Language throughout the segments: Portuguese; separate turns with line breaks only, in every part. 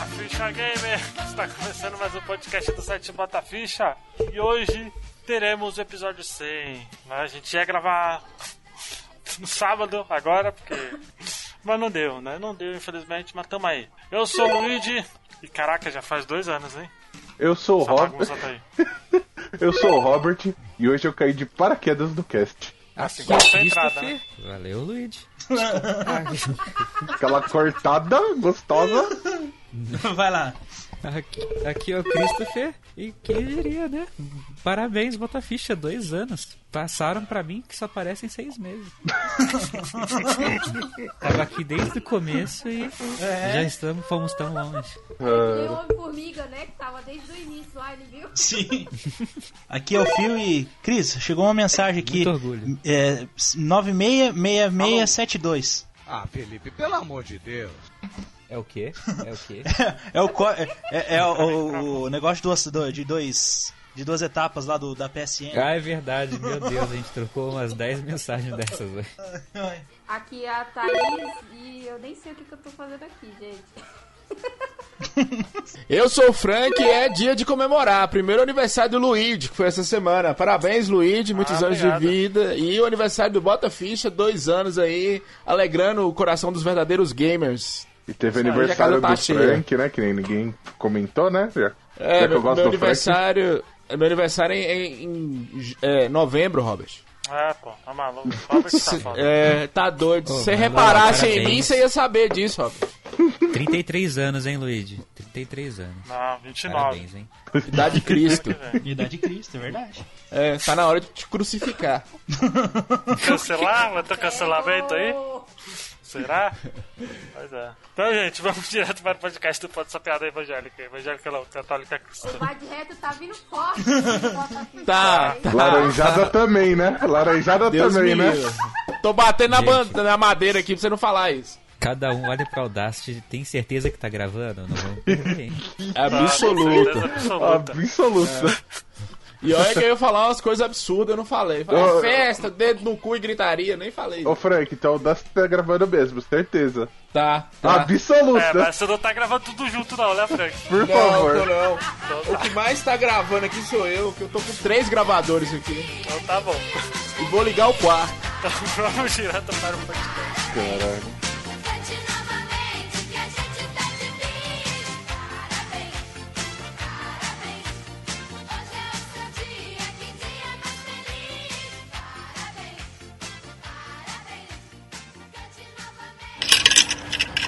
É
Ficha Gamer! Está começando mais um podcast do site Bota Ficha e hoje teremos o episódio 100. Mas A gente ia gravar no sábado, agora, porque. Mas não deu, né? Não deu, infelizmente, mas tamo aí. Eu sou o Luigi e caraca, já faz dois anos, hein?
Eu sou o
Essa
Rob,
bagunça tá aí.
eu sou o Robert e hoje eu caí de paraquedas do cast.
Assim, com essa entrada, né?
Valeu, Luigi.
Aquela cortada gostosa.
Vai lá.
Aqui, aqui é o Christopher. E quem diria, né? Parabéns, Botaficha, dois anos. Passaram pra mim que só parecem seis meses. Tava aqui desde o começo e já estamos, fomos tão longe.
E o Homem-Formiga, né? Que tava desde o início lá, ele viu?
Sim. Aqui é o Fio e. Cris, chegou uma mensagem aqui.
Muito orgulho.
É, 966672.
Ah, Felipe, pelo amor de Deus.
É o quê? É o quê?
É o, co- é, é- é o, o negócio de duas, do- de dois. De duas etapas lá do, da PSN.
Ah, é verdade, meu Deus, a gente trocou umas 10 mensagens dessas. né?
Aqui é a Thaís e eu nem sei o que, que eu tô fazendo aqui, gente.
Eu sou o Frank e é dia de comemorar. Primeiro aniversário do Luigi, que foi essa semana. Parabéns, Luigi, muitos
Ah,
anos
obrigado.
de vida. E o aniversário do Bota Ficha, dois anos aí, alegrando o coração dos verdadeiros gamers.
E teve
aí,
aniversário
a casa tá
do
cheia.
Frank, né? Que nem ninguém comentou, né? Já, já
É,
que eu
meu,
gosto
meu
do Frank.
aniversário. Meu aniversário é em, em- é, novembro, Robert.
É, pô, tá maluco. Robert tá foda.
É, tá doido.
Ô,
Se você
mano,
reparasse em
parabéns.
mim, você ia saber disso, Robert.
33 anos, hein, Luigi? 33 anos.
Não, 29.
Parabéns, hein?
Idade de Cristo.
Idade de Cristo, é verdade.
É, tá na hora de te crucificar.
Cancelar? Vai ter um cancelamento aí?
Ô,
Será? Pois é. Então, gente, vamos direto para o podcast do Pode Essa Piada Evangélica. Evangélica não, católica cristã.
Vai de reto, tá vindo forte. esse Botafogo,
Tá,
hein?
tá.
Laranjada também, né? Laranjada
Deus
também,
me
né?
livre. Tô batendo na,
Gente.
ban- na madeira aqui pra você não falar isso.
Cada um olha pra Audacity, tem certeza que tá gravando? Não vamos perder, hein?
Tá,
Absoluto.
Certeza absoluta.
Absoluta.
E olha que eu ia falar umas coisas absurdas, eu não falei. Falei "É
Ô,
festa, dedo no cu e gritaria, nem falei.
Ô Frank, então o Dust tá gravando mesmo, certeza.
Tá, tá.
É,
Absoluta,
mas você não tá gravando tudo junto não, né, Frank?
por
Não,
favor.
tô não. O que mais tá gravando aqui sou eu, que eu tô com três gravadores aqui.
Então tá bom.
E vou ligar o quarto.
Então vamos direto para o podcast.
Caralho.
Cante novamente que a gente tá de fim. Parabéns, parabéns. Hoje é o seu dia, que dia mais feliz. Parabéns, parabéns. Cante novamente.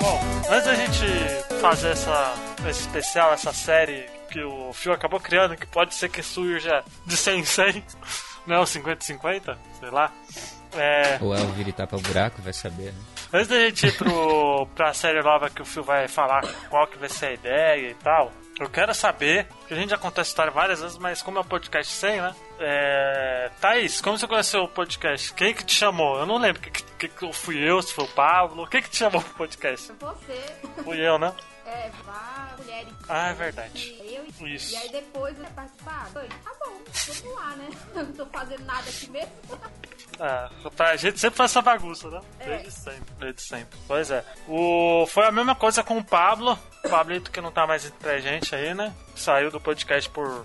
Bom, antes da gente fazer essa, esse especial, essa série que o Fio acabou criando, que pode ser que surja de 100 em 100, não, 50 em 50, sei lá. É,
Ou ela vira e tapa o buraco, vai saber, né?
Antes da gente ir pro, pra série nova que o Phil vai falar qual que vai ser a ideia e tal, eu quero saber, que a gente já contou essa história várias vezes, mas como é um podcast sem, né? É, Thaís, como você conheceu o podcast? Quem que te chamou? Eu não lembro, que, que, que fui eu, se foi o Pablo, quem que te chamou pro podcast?
Você
Fui eu, né?
é vá, mulher e
Ah, é verdade.
eu e-
Isso.
E aí depois eu participar. Foi, Tá bom, vamos lá, né? Eu não tô fazendo nada aqui mesmo.
Ah, a gente sempre faz essa bagunça, né? Desde sempre, desde sempre. Pois é. O... Foi a mesma coisa com o Pablo. O Pablito que não tá mais entre a gente aí, né? Saiu do podcast por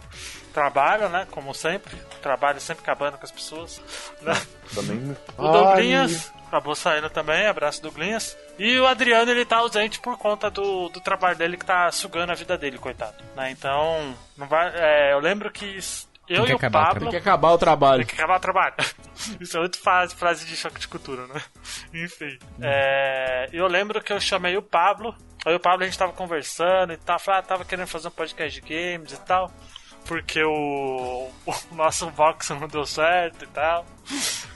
trabalho, né? Como sempre. Trabalho sempre acabando com as pessoas. né?
Também.
O Douglinhas acabou saindo também. Abraço, Douglinhas. E o Adriano, ele tá ausente por conta do, do trabalho dele que tá sugando a vida dele, coitado. Né? Então, não vai, é, eu lembro que s- eu
que
e o
acabar o
Pablo
Tem que é acabar o trabalho.
tem que acabar o trabalho. Isso é muito frase, frase de choque de cultura, né? Enfim. É, eu lembro que eu chamei o Pablo. Aí o Pablo a gente tava conversando e tal. Falei, ah, tava querendo fazer um podcast de games e tal. porque o, o nosso box não deu certo e tal.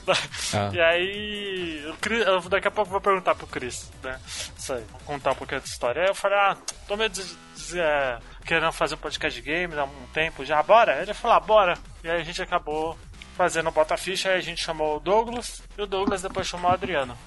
Ah.
E aí, o Cris, eu- daqui a pouco eu vou perguntar pro Chris, né? Isso aí, vou contar um pouquinho da história. Aí eu falei, ah, tô meio des- des- é, querendo fazer um podcast de games há um tempo já, bora? Ele falou, ah, bora. E aí a gente acabou fazendo o Bota Ficha, aí a gente chamou o Douglas, e o Douglas depois chamou o Adriano.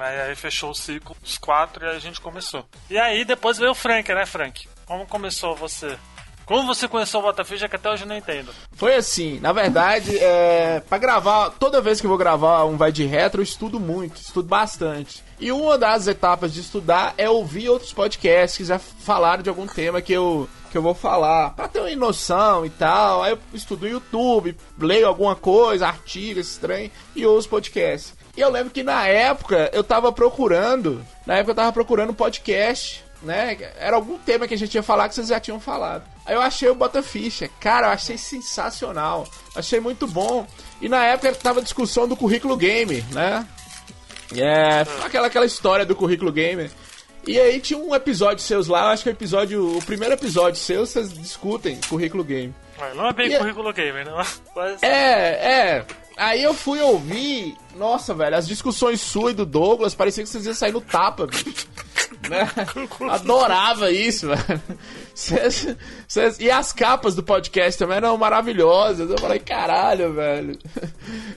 Aí, aí fechou o ciclo dos quatro e aí a gente começou. E aí depois veio o Frank, né, Frank? Como começou você? Como você conheceu o Botaficha que até hoje eu não entendo?
Foi assim, na verdade, é, pra gravar, toda vez que eu vou gravar um Vai de Retro, eu estudo muito, estudo bastante. E uma das etapas de estudar é ouvir outros podcasts que já falaram de algum tema que eu, que eu vou falar, pra ter uma noção e tal. Aí eu estudo no YouTube, leio alguma coisa, artigo, esse trem, e ouço podcasts. E eu lembro que na época eu tava procurando, na época eu tava procurando um podcast né? Era algum tema que a gente ia falar que vocês já tinham falado. Aí eu achei o Bota Ficha. Cara, eu achei sensacional. Achei muito bom. E na época tava discussão do currículo gamer, né? É, aquela, aquela história do currículo gamer. E aí tinha um episódio seus lá, eu acho que é o episódio. O primeiro episódio seu, vocês discutem currículo gamer.
Ah, Não é bem
E-
currículo gamer, não? Mas...
É, é. Aí eu fui ouvir. Nossa, velho, as discussões sua e do Douglas parecia que vocês iam sair no tapa, bicho. Né? Adorava isso, velho. Cês, cês- e as capas do podcast também eram maravilhosas. Eu falei, caralho, velho.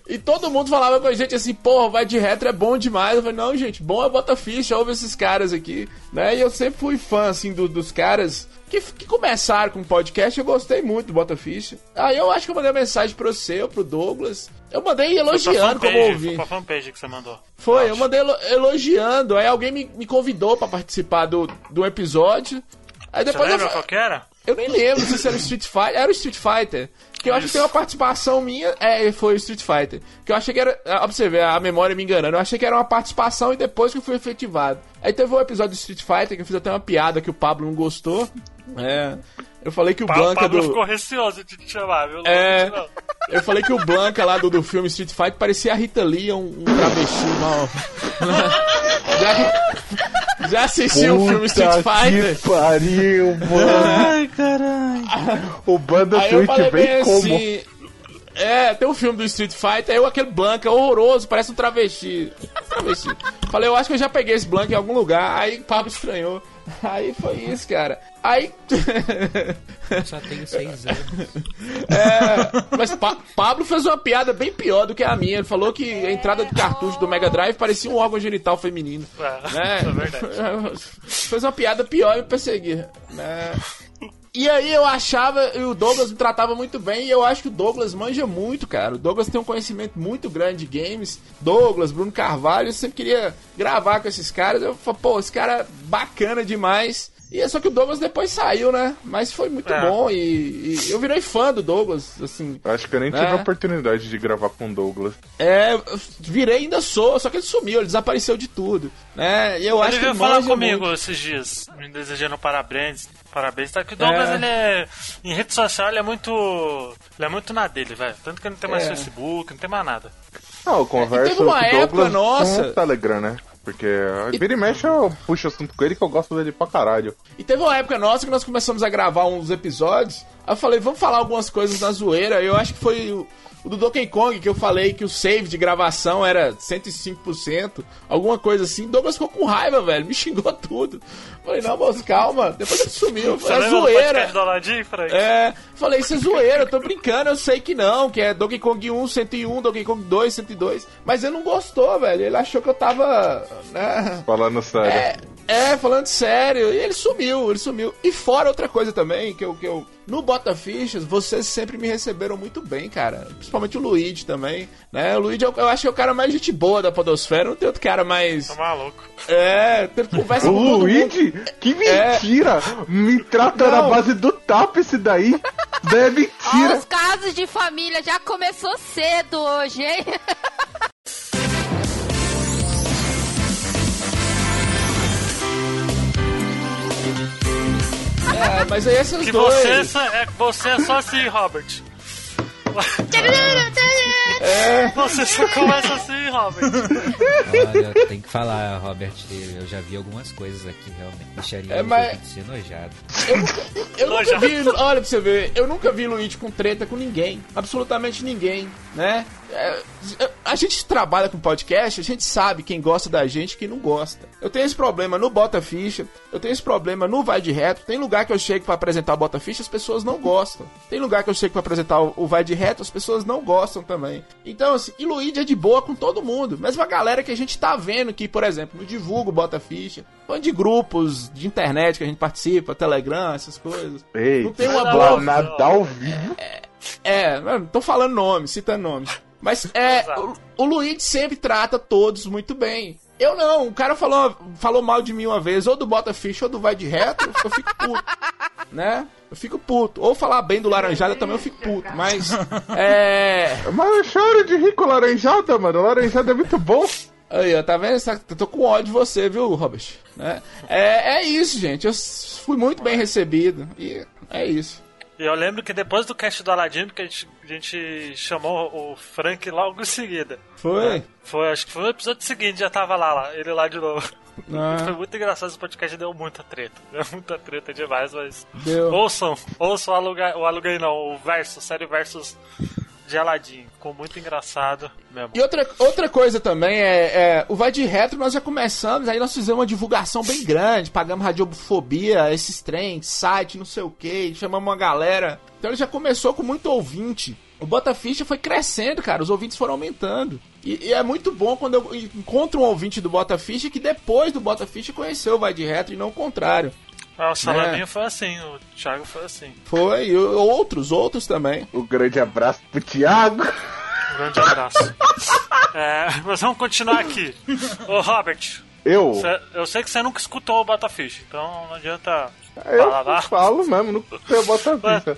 E todo mundo falava com a gente assim, porra, vai de retro é bom demais. Eu falei, não, gente, bom é bota ficha, ouve esses caras aqui. Né? E eu sempre fui fã, assim, do- dos caras que, que começaram com o podcast, eu gostei muito do Bota Ficha. Aí eu acho que eu mandei uma mensagem pro seu, pro Douglas. Eu mandei
Foi pra
elogiando como
fanpage, foi
ouvinte.
pra fanpage que você mandou.
Foi, eu mandei elo- elogiando. Aí alguém me, me convidou pra participar do, do episódio. Aí
Você
depois eu,
lembra qual que era?
eu nem lembro se isso era o Street Fighter. Era o Street Fighter. Que eu acho que tem uma participação minha. É, foi o Street Fighter. Que eu achei que era. ah, Pra você ver, a memória me enganando. Eu achei que era uma participação e depois que eu fui efetivado. Aí teve um episódio do Street Fighter que eu fiz até uma piada que o Pablo não gostou. É. Eu falei que o
Pa- O
Blanca
Pablo
do.
ficou receoso de te chamar, viu?
É.
Não.
Eu falei que o Blanca lá do, do filme Street Fighter parecia a Rita Lee, um, um travesti mal. já, já assistiu o um filme Street Fighter?
que pariu, mano.
Ai, caralho.
O Banda
Aí eu
Twitch
falei bem
vem como?
assim. É, tem um filme do Street Fighter, aí eu aquele Blanca horroroso, parece um travesti. Travesti. Falei, eu acho que eu já peguei esse Blanca em algum lugar, aí o Pablo estranhou. Aí foi isso, cara. Aí.
Eu só tenho seis anos.
é, Mas Pa- Pablo fez uma piada bem pior do que a minha. Ele falou que a entrada de cartucho do Mega Drive parecia um órgão genital feminino.
É,
né?
é verdade.
Fez uma piada pior e me perseguir, né? E aí eu achava, e o Douglas me tratava muito bem, e eu acho que o Douglas manja muito, cara. O Douglas tem um conhecimento muito grande de games. Douglas, Bruno Carvalho, eu sempre queria gravar com esses caras. Eu falei, pô, esse cara é bacana demais. E é só que o Douglas depois saiu, né? Mas foi muito
É.
bom e, e eu virei fã do Douglas, assim.
Acho que eu nem tive
É.
a oportunidade de gravar com o Douglas.
É, eu virei ainda sou, só que ele sumiu, ele desapareceu de tudo, né? E eu acho
Ele
que
veio falar
manja
comigo
muito.
esses dias, me desejando parabéns. Parabéns, tá? Que o Douglas,
É.
ele é. Em rede social, ele é muito. Ele é muito na dele, velho. Tanto que ele não tem mais
É.
Facebook, não tem mais nada.
Não, eu converso
teve uma
com o
época
Douglas
nossa-
com o Telegram, né? Porque e... vira e mexe eu puxo assunto com ele que eu gosto dele pra caralho.
E teve uma época nossa que nós começamos a gravar uns episódios. Aí eu falei, vamos falar algumas coisas na zoeira. Eu acho que foi o, o do Donkey Kong que eu falei que o save de gravação era 105%, alguma coisa assim. Douglas ficou com raiva, velho. Me xingou tudo. Eu falei, não, moço, calma. Depois ele sumiu. Eu
Você
falei, É
lembra do
zoeira.
podcast do Aladim, Frank?
É, falei, isso é zoeira, eu tô brincando, eu sei que não, que é Donkey Kong 1, 101, Donkey Kong 2, 102, mas ele não gostou, velho, ele achou que eu tava, né,
Falando sério.
é, é, falando sério, e ele sumiu, ele sumiu. E fora outra coisa também, que eu. Que eu no Bota Fichas, vocês sempre me receberam muito bem, cara. Principalmente o Luigi também, né? O Luigi, eu, eu acho que é o cara mais gente boa da Podosfera, não tem outro cara mais.
Tá maluco.
É, teve conversa
O
com todo mundo. É.
Luigi? Que mentira! Me trata
Não.
na base do tap esse daí! Isso daí é mentira!
Ó, os casos de família já começou cedo hoje, hein?
É, mas aí esses
Que
dois.
você, é, você é só assim, Robert. Você só começa assim, Robert.
Olha, tem que falar, Robert, eu já vi algumas coisas aqui, realmente. Deixaria
É,
é,
mas-
de ser nojado.
Eu nunca
Nojado.
vi, olha pra você ver, eu nunca vi Luigi com treta com ninguém. Absolutamente ninguém, né? É, a gente trabalha com podcast, a gente sabe quem gosta da gente e quem não gosta. Eu tenho esse problema no Bota Ficha, eu tenho esse problema no Vai de Reto. Tem lugar que eu chego pra apresentar o Bota Ficha, as pessoas não gostam. Tem lugar que eu chego pra apresentar o o Vai de Reto, as pessoas não gostam também. Então, assim, e Luigi é de boa com todo mundo, mas uma galera que a gente tá vendo que, por exemplo, não divulga o Bota Ficha, fã de grupos de internet que a gente participa, Telegram, essas coisas.
Ei,
Ah, Não tem uma
boa-
Planada ao vivo.
É, não tô falando nome, citando nome. Mas é,
Exato.
o, o Luigi sempre trata todos muito bem. Eu não, o cara falou, falou mal de mim uma vez, ou do Bota Ficha, ou do Vai de Reto, eu fico puto. Né? Eu fico puto. Ou falar bem do Laranjada também eu fico puto. Mas, é.
Mas eu choro de rico laranjada, mano. Laranjada é muito bom.
Aí, ó, tá vendo? Tá- Tô com ódio de você, viu, Robert? Né? É, é isso, gente. Eu s- fui muito bem recebido. E é isso.
E eu lembro que depois do cast do Aladdin, porque a gente, a gente chamou o Frank logo em seguida.
Foi?
Foi, acho que foi no episódio seguinte, já tava lá, lá ele lá de novo. Foi
Ah,
muito engraçado, esse podcast deu muita treta. Deu muita treta demais, mas.
deu.
Ouçam, ouçam o aluguel, o aluguel não, o verso, série versus de Aladdin. Ficou muito engraçado mesmo.
E outra, outra coisa também é, é, o Vai de Retro nós já começamos, aí nós fizemos uma divulgação bem grande, pagamos radiofobia, esses trens, site, não sei o que, chamamos uma galera. Então ele já começou com muito ouvinte. O Bota Ficha foi crescendo, cara, os ouvintes foram aumentando. E, e é muito bom quando eu encontro um ouvinte do Bota Ficha que depois do Bota Ficha conheceu o Vai de Retro e não o contrário.
Ah, o Salaminho
É.
foi assim, o Thiago foi assim.
Foi, e o- outros, outros também.
Um grande abraço pro Thiago.
Um grande abraço. É, mas vamos continuar aqui. Ô, Robert,
Eu,
cê- eu sei que você nunca escutou o Botafish, então não adianta
eu
falar lá.
falo mesmo, não tem bota ficha.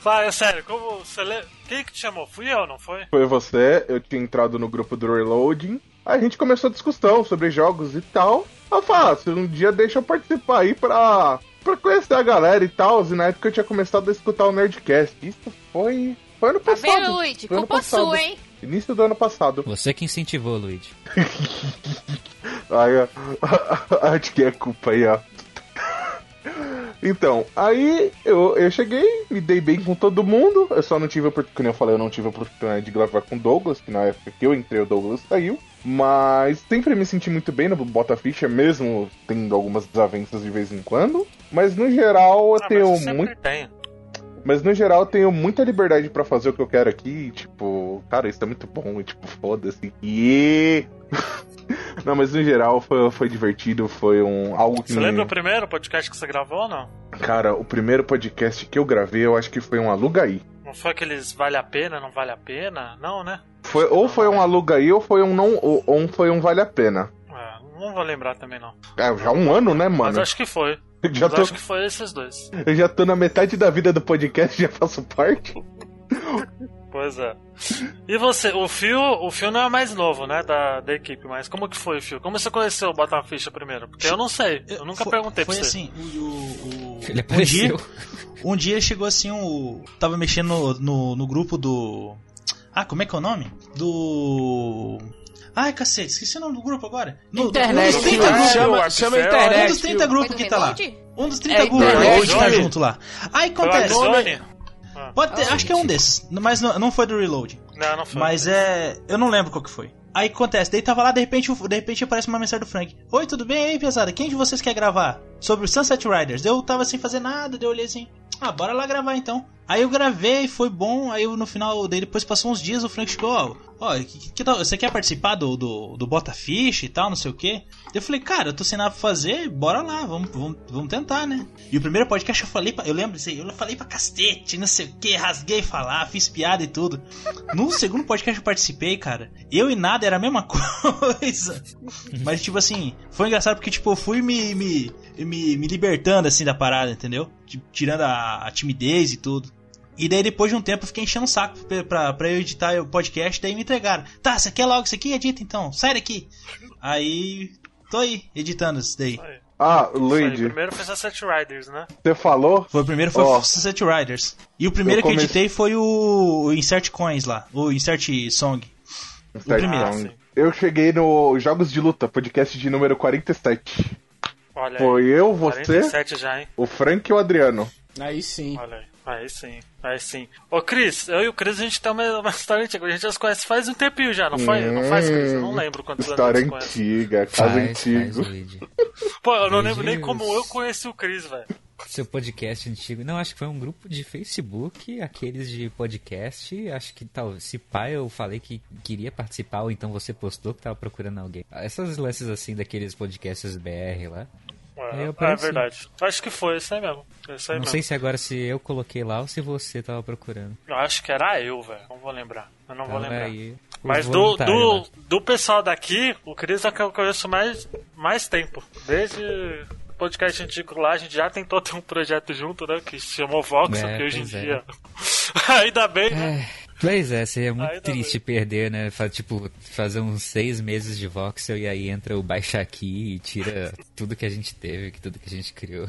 Vai, é sério, como você le... Quem que te chamou? Fui eu, não foi? Ah,
Foi você, eu tinha entrado no grupo do Reloading. A gente começou a discussão sobre jogos e tal. Eu falei, ah, se um dia deixa eu participar aí pra, pra conhecer a galera e tal. E na época eu tinha começado a escutar o Nerdcast. Isso foi. Foi ano
Tá
passado.
vendo, Luigi?
Foi ano
Culpa
passado.
sua, hein?
Início do ano passado.
Você que incentivou, Luigi.
Aí, ó. Acho que é culpa aí, ó. Então, aí eu, eu cheguei, me dei bem com todo mundo. Eu só não tive oportunidade, como eu falei, eu não tive a oportunidade de gravar com o Douglas, que na época que eu entrei, o Douglas saiu. Mas sempre me senti muito bem no Bota Ficha, mesmo tendo algumas desavenças de vez em quando. Mas no geral, eu
Ah,
tenho
mas eu sempre
muito.
tenho.
Mas no geral eu tenho muita liberdade pra fazer o que eu quero aqui, e, tipo, cara, isso tá muito bom, e, tipo, foda-se. E Não, mas no geral foi, foi divertido, foi um algo que
Você
me-
lembra o primeiro podcast que você gravou ou não?
Cara, o primeiro podcast que eu gravei, eu acho que foi um alugaí.
Não foi aqueles vale a pena, não vale a pena? Não, né?
Foi ou foi um alugaí ou foi um não ou, ou um foi um vale a pena.
É, não vou lembrar também, não.
É, já um ano, né,
Mas
mano?
acho que foi.
Eu já
Mas
tô,
acho que foi esses dois.
eu já tô na metade da vida do podcast, já faço parte.
Pois é. E você, o Fio, o Fio não é mais novo, né, da, da equipe, mas como que foi, Fio? Como você conheceu o Botaficha primeiro? Porque eu não sei, eu nunca
Foi-
perguntei
Foi
pra você.
assim, o- o- o-
Ele
um dia,
apareceu.
um dia chegou assim, o tava mexendo no, no, no grupo do... Ah, como é que é o nome? Do... Ai, cacete, esqueci o nome do grupo agora. No,
Internet,
um dos
Fio,
30 grupos,
Fio,
chama,
Fio,
chama
Fio,
um
internet.
dos 30
Fio.
grupos
Foi
que
do
tá lá.
Reload?
Um dos
É,
30 grupos
internet,
que tá
Fio.
junto lá. Aí
Foi o
acontece...
Arizone?
Pode ter- acho que é um desses, mas não, não foi do Reload.
Não, não foi. um
Mas é. Eu não lembro qual que foi. Aí acontece, daí tava lá, de repente, o- de repente aparece uma mensagem do Frank. Oi, tudo bem aí, pesada? Quem de vocês quer gravar? Sobre o Sunset Riders. Eu tava sem fazer nada, daí eu olhei assim. Ah, bora lá gravar então. Aí eu gravei, foi bom. Aí eu, no final, daí depois passou uns dias, o Frank chegou, ó, ó, que, que tal? Você quer participar do, do, do Bota Ficha e tal, não sei o quê? Daí Eu falei, cara, eu tô sem nada pra fazer, bora lá, vamos, vamos, vamos tentar, né? E o primeiro podcast eu falei pra, Eu lembro disso aí, eu falei pra cacete, não sei o que, rasguei falar, fiz piada e tudo. No segundo podcast que eu participei, cara, eu e nada era a mesma coisa. Mas, tipo assim, foi engraçado porque, tipo, eu fui me, me, me, me libertando, assim, da parada, entendeu? Tipo, Tirando a, a timidez e tudo. E daí, depois de um tempo, eu fiquei enchendo o saco pra, pra, pra eu editar o podcast, daí me entregaram. Tá, você quer logo isso aqui? Edita então, sai daqui. Aí, tô aí, editando isso daí.
Ah,
Aí,
Luigi,
primeiro foi Sunset Riders, né?
você falou?
Foi o primeiro foi
Ó.
Sunset Riders. E o primeiro
Eu comecei-
que eu editei foi o o Insert Coins lá, o Insert Song. primeiro,
Então,
sim.
Eu cheguei no Jogos de Luta, podcast de número 47.
Olha
Foi
aí.
eu, você,
47 já, hein?
o Frank e o Adriano.
Aí sim.
Olha aí. Aí sim, aí sim. Ô, Cris, eu e o Cris, a gente tem uma, uma história antiga. A gente já se conhece faz um tempinho já, não foi? Não faz, Cris? Eu não lembro quantos
Hum, História
anos a gente se conhece.
antiga, caso
Faz, faz,
antigo.
Luigi.
Pô, eu não
Meu
lembro nem
Deus.
como eu conheci o Cris, velho.
Seu podcast antigo. Não, acho que foi um grupo de Facebook, aqueles de podcast. Acho que tal. Se pai eu falei que queria participar, ou então você postou que tava procurando alguém. Essas lances assim daqueles podcasts BR lá.
É,
eu
é
apareci.
verdade. Acho que foi isso aí mesmo.
Tá
Isso aí
Não
mesmo.
sei se agora se eu coloquei lá ou se você tava procurando.
Eu acho que era eu, velho. Não vou lembrar. Eu não vou
Então,
lembrar.
aí, os
Mas do,
voluntários
do,
lá.
do pessoal daqui, o Cris é o que eu conheço mais, mais tempo. Desde o podcast antigo lá, a gente já tentou ter um projeto junto, né? Que se chamou Vox,
É,
que hoje em
pois é.
dia. Ainda bem, né?
Pois é, seria muito
Aí também.
triste perder, né? Fa- tipo, fazer uns seis meses de voxel e aí entra o baixa aqui e tira tudo que a gente teve, que tudo que a gente criou.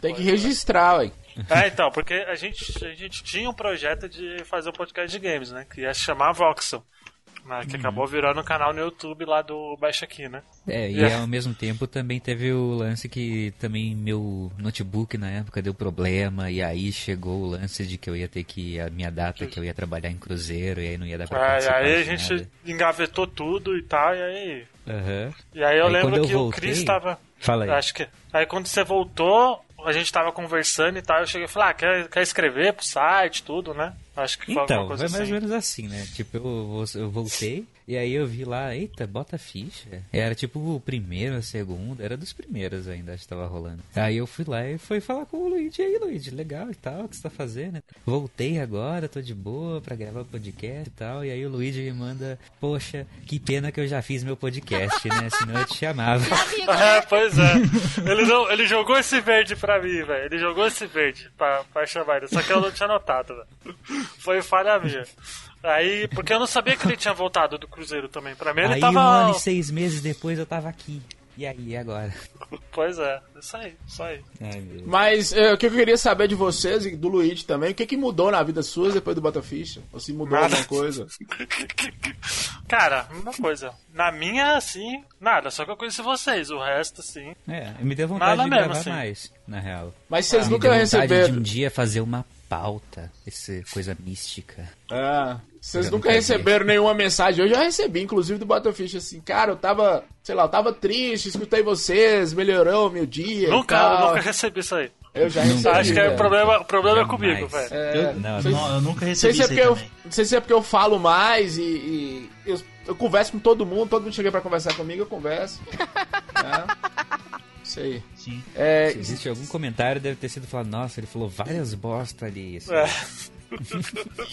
Tem que registrar, ué.
É, então, porque a gente, a gente tinha um projeto de fazer um podcast de games, né? Que ia se chamar Voxel. né,
Uhum.
que acabou virando um canal no YouTube lá do Baixa Aqui, né?
É, e
Yeah.
ao mesmo tempo também teve o lance que também meu notebook na época deu problema e aí chegou o lance de que eu ia ter que a minha data que eu ia trabalhar em cruzeiro e aí não ia dar pra
Ah, e
participar
aí a
de
gente
nada.
engavetou tudo e tal, e aí.
Aham.
E aí eu
Aí
lembro
quando eu
que o Cris
voltei-
tava.
Fala aí.
Acho que. Aí quando você voltou, a gente tava conversando e tal, eu cheguei e falei, ah, quer, quer escrever pro site, tudo, né? Acho que foi alguma
Então,
coisa
foi mais
assim.
ou menos assim, né? Tipo, eu, vo- eu voltei e aí eu vi lá, eita, bota ficha. Era tipo o primeiro, o segundo, era dos primeiros ainda, acho que tava rolando. Aí eu fui lá e fui falar com o Luigi, e aí Luigi, legal e tal, o que você tá fazendo? Voltei agora, tô de boa pra gravar podcast e tal. E aí o Luigi me manda, poxa, que pena que eu já fiz meu podcast, né? Senão eu te chamava.
Amigo,
É, pois é. Ele, não- ele jogou esse verde pra mim, velho. Ele jogou esse verde pra, pra chamar ele. Só que eu não tinha notado, velho. Foi falha minha. Aí, porque eu não sabia que ele tinha voltado do Cruzeiro também. Pra mim ele
aí um
tava.
ano e seis meses depois eu tava aqui. E aí, e agora?
Pois é, isso aí, isso aí.
Ai, meu Deus.
Mas é, o que eu queria saber de vocês e do Luigi também, o que, que mudou na vida sua depois do Botaficha? Ou se mudou
Nada.
alguma coisa?
Cara, uma coisa. Na minha, assim, nada. Só que eu conheci vocês. O resto, assim.
É, me deu vontade
Nada
de
mesmo,
gravar
assim.
mais, na real.
Mas vocês
Ah,
Me
nunca
deu vontade de
receberam.
um dia fazer uma pauta, essa coisa mística.
Ah, vocês
Eu
nunca
nunca vi.
receberam nenhuma mensagem. Eu já recebi, inclusive, do Botaficha assim, cara, eu tava, sei lá, eu tava triste, escutei vocês, melhorou meu dia. e
Nunca,
tal.
nunca recebi isso aí.
Eu já
Nunca.
recebi.
Acho que é o
velho.
problema, o problema é
Jamais.
comigo, velho.
É,
Não,
vocês-
Não, eu nunca
Não sei
recebi
se é
isso aí
porque eu,
também.
não sei se é porque eu falo mais e, e eu, eu converso com todo mundo, todo mundo chega pra conversar comigo, eu converso. É. Isso aí.
Sim.
É,
Se existe algum comentário, deve ter sido falar, nossa, ele falou várias bosta ali. assim.
É,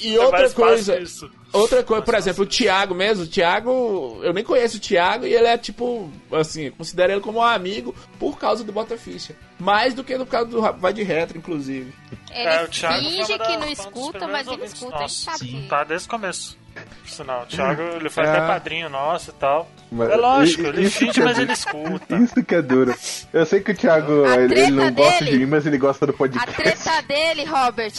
e
é
outra
mais
coisa,
fácil isso.
outra coisa, por exemplo, o Thiago mesmo, o Thiago, eu nem conheço o Thiago e ele é tipo, assim, considero ele como um amigo por causa do Bota Ficha. Mais do que por causa do Ra- Vai de Retro, inclusive.
ele
É, o Thiago foi
finge
uma da-
que não
foi um dos
escuta,
primeiros
mas ele
ouvintes
escuta, ele
nossos.
sabe.
Sim.
que-
Tá desde o começo. Por Sinal, o Thiago ele foi
É.
até padrinho nosso e tal.
Mas-
é lógico,
e- e-
ele
isso
finge,
que é
mas
du-
ele escuta.
Isso que é duro. Eu sei que o Thiago
A
ele, ele não
treta
gosta de
dele-
mim, mas ele gosta do
A
podcast.
treta dele, Robert.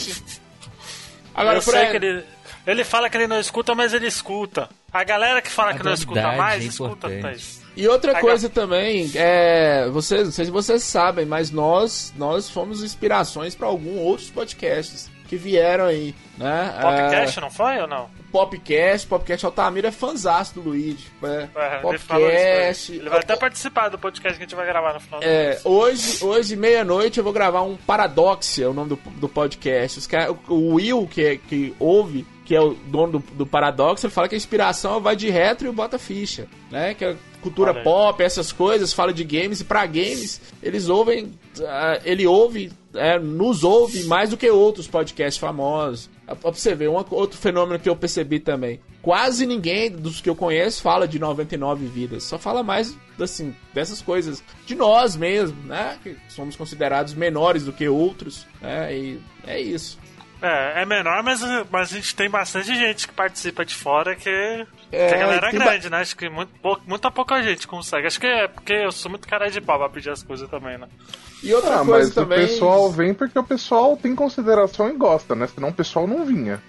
Agora,
eu
por
sei que
exemplo,
ele. Ele fala que ele não escuta, mas ele escuta. A galera que fala
A
que não escuta
verdade
mais,
é
escuta,
importante.
Thaís.
E outra
Aga-
coisa também, é, vocês, não sei se vocês sabem, mas nós, nós fomos inspirações para alguns outros podcasts que vieram aí, né?
Podcast, não foi ou não?
É, Popcast, Popcast Altamira é fanzaço do Luigi. né?
É, ele falou isso. pra
Popcast.
Ele Ele vai até participar do podcast que a gente vai gravar no final do
É,
mês.
hoje, hoje meia-noite, eu vou gravar um Paradoxia, é o nome do, do podcast. Os cara, o Will, que, é- que ouve, que é o dono do, do Paradoxia, ele fala que a inspiração vai de retro e o bota ficha, né? Que é cultura
Olha aí.
pop, essas coisas, fala de games, e pra games, eles ouvem, ah, ele ouve, é, nos ouve mais do que outros podcasts famosos. Ah, Pra você ver, um outro fenômeno que eu percebi também. Quase ninguém dos que eu conheço fala de 99 vidas. Só fala mais, assim, dessas coisas. De nós mesmo, né? Que somos considerados menores do que outros, né? E é isso.
É, é menor, mas, mas a gente tem bastante gente que participa de fora que,
É,
que a galera é
tem ba-
grande, né? Acho que muito, pou- muita pouca gente consegue. Acho que é porque eu sou muito cara de pau pra pedir as coisas também, né?
E outra
Ah,
coisa
mas
também.
o pessoal vem porque o pessoal tem consideração e gosta, né? Senão o pessoal não vinha.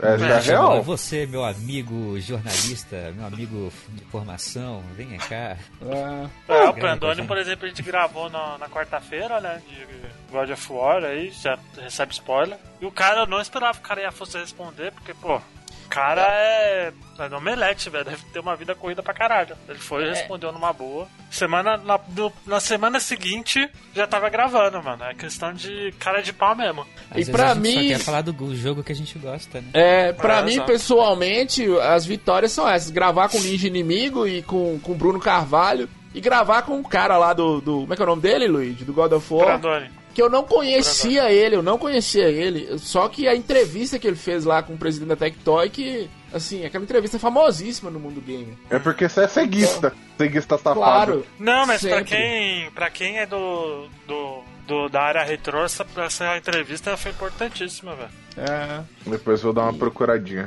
É, já é
Chega lá,
real.
Tá Você, meu amigo jornalista, meu amigo de formação, venha cá.
É.
É, o
grande
Brandoni,
gente.
por exemplo, a gente gravou na, na quarta-feira, né? De God of War, aí já recebe spoiler. E o cara, eu não esperava que o cara ia fosse responder, porque, pô, o cara é. É do omelete, velho. Deve ter uma vida corrida pra caralho. Ele foi e respondeu numa boa. Semana, na, no- na semana seguinte, já tava gravando, mano. É questão de cara de pau mesmo.
Às vezes
pra
a gente
mim-
só quer falar do go- jogo que a gente gosta, né?
É, pra
É,
mim,
exato.
pessoalmente, as vitórias são essas: gravar com o Ninja Inimigo e com com o Bruno Carvalho. E gravar com o cara lá do, do. Como é que é o nome dele, Luigi? Do God of War.
Brandoni.
que eu não conhecia ele, eu não conhecia ele. Só que a entrevista que ele fez lá com o presidente da Tectoy, que, assim, aquela entrevista é famosíssima no mundo gamer.
É porque você é ceguista. Ceguista safado.
Claro.
Não, mas pra
Sempre.
quem, pra quem é do, do, do- da área retrô, essa, essa entrevista foi importantíssima, velho.
É.
Depois vou dar uma procuradinha.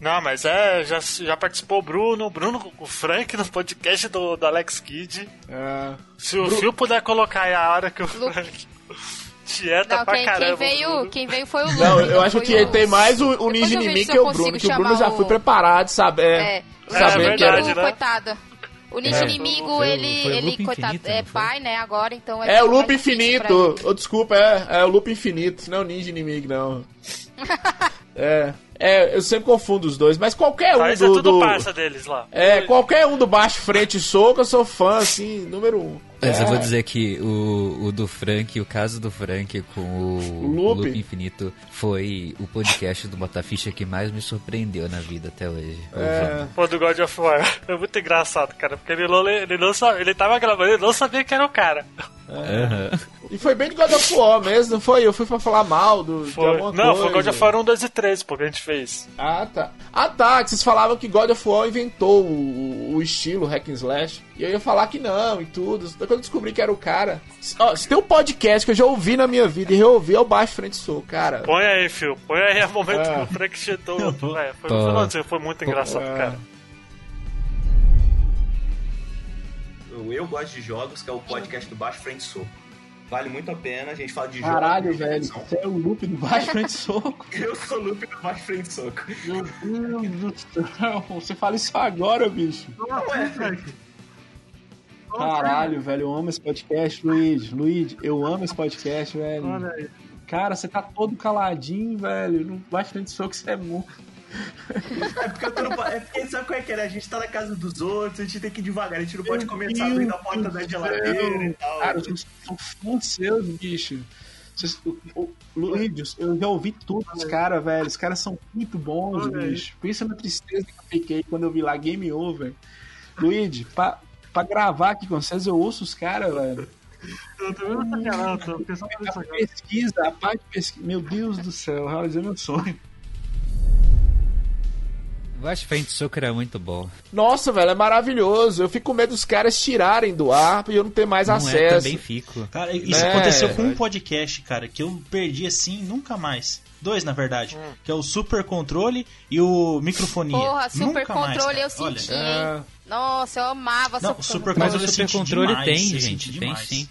Não, mas é, já, já participou o Bruno, o Bruno, o Frank no podcast do, do Alex Kidd.
é.
Se o Phil puder colocar aí a hora que o
Lu-
Frank dieta
Não,
Tá pra
quem,
caramba.
quem, veio, quem veio foi o Lu.
Não,
então
eu acho
foi
que é tem mais o, o
Depois eu
Ninja
vejo se
Inimigo
eu
que o
consigo
Bruno, que o Bruno
chamar
já
o-
foi preparado, sabe? É,
É, o
Saber
Ninja
que era-
Inimigo, coitado. O Ninja
É.
Inimigo,
Foi o-
ele,
foi o
ele
loop
coitado,
infinito,
é
não foi?
pai, né, agora, então...
é o
mais
loop
difícil pra
infinito.
ele.
Oh, desculpa, é, é o loop infinito, não é o Ninja Inimigo, não. é. É, eu sempre confundo os dois, mas qualquer um
Mas é
do.
tudo
do-
parça deles lá.
É, qualquer um do baixo, frente e soco, eu sou fã, assim, número um.
É,
Mas É, eu vou dizer que o, o do Frank, o caso do Frank com o,
O Loop.
Loop Infinito foi o podcast do Botaficha que mais me surpreendeu na vida até hoje.
É.
Pô, do God of War. É muito engraçado, cara. Porque ele não, ele não sabia, ele tava gravando, ele não sabia que era o cara.
Aham.
E foi bem de God of War mesmo, não foi? Eu fui pra falar mal do, de
Foi-
alguma
não,
coisa.
foi God of War 1, 2 e 3, pô, que a gente fez.
Ah, tá. Ah, tá, que vocês falavam que God of War inventou o, o estilo hack and slash. E eu ia falar que não e tudo. Só que Quando eu descobri que era o cara... Ó, se tem um podcast que eu já ouvi na minha vida e reouvi, é o Baixo Frente Soco, cara.
Põe aí, Phil. Põe aí o momento que o Frank chetou. É, foi, foi, nossa, foi muito engraçado,
é.
cara.
O Um, Eu Gosto de Jogos, que é o podcast do Baixo Frente Soco. Vale muito a pena, a gente fala de
Caralho,
jogos. de
velho.
diversão.
Você é o loop do baixo frente soco.
Eu sou o Lupe do Baixo Frente Soco. É
Meu Deus do céu. Você fala isso agora, bicho.
é,
Caralho, velho. Eu amo esse podcast, Luiz. Luiz, eu amo esse podcast, velho. Cara, você tá todo caladinho, velho. No baixo frente soco você é muito.
É porque, eu tô no... é porque sabe qual é que é? né? A gente tá na casa dos outros, a gente tem que ir devagar, a gente não pode começar abrindo a porta da geladeira e tal.
Cara, eu sou fã seu, bicho. Vocês- o- o- Luiz, eu já ouvi tudo os caras, velho. Os caras são muito bons, bicho. Pensa na tristeza que eu fiquei quando eu vi lá Game Over. Luiz, pra, pra gravar aqui com vocês, eu ouço os caras, velho.
Eu também não sabia, não. Tô pensando nisso
A
agora.
pesquisa, a parte de pesquisa. Meu Deus do céu, realizei meu sonho.
O Baixo Frente Soco era muito bom.
Nossa, velho, é maravilhoso. Eu fico com medo dos caras tirarem do ar e eu não ter mais
não é,
acesso.
também fico.
Cara,
É,
isso isso
é
aconteceu
verdade.
com
um podcast, cara, que eu perdi assim nunca mais. Dois, na verdade. Que é o Super Controle e o Microfonia.
Porra, Super
Nunca mais,
Controle
cara.
eu
Olha,
senti,
né?
É.
É.
hein? Nossa, eu amava
Não,
Super,
o Super
Mas
Mas
o
eu
Super
senti
Controle
demais,
tem,
eu
gente.
senti
Tem
demais.
sim.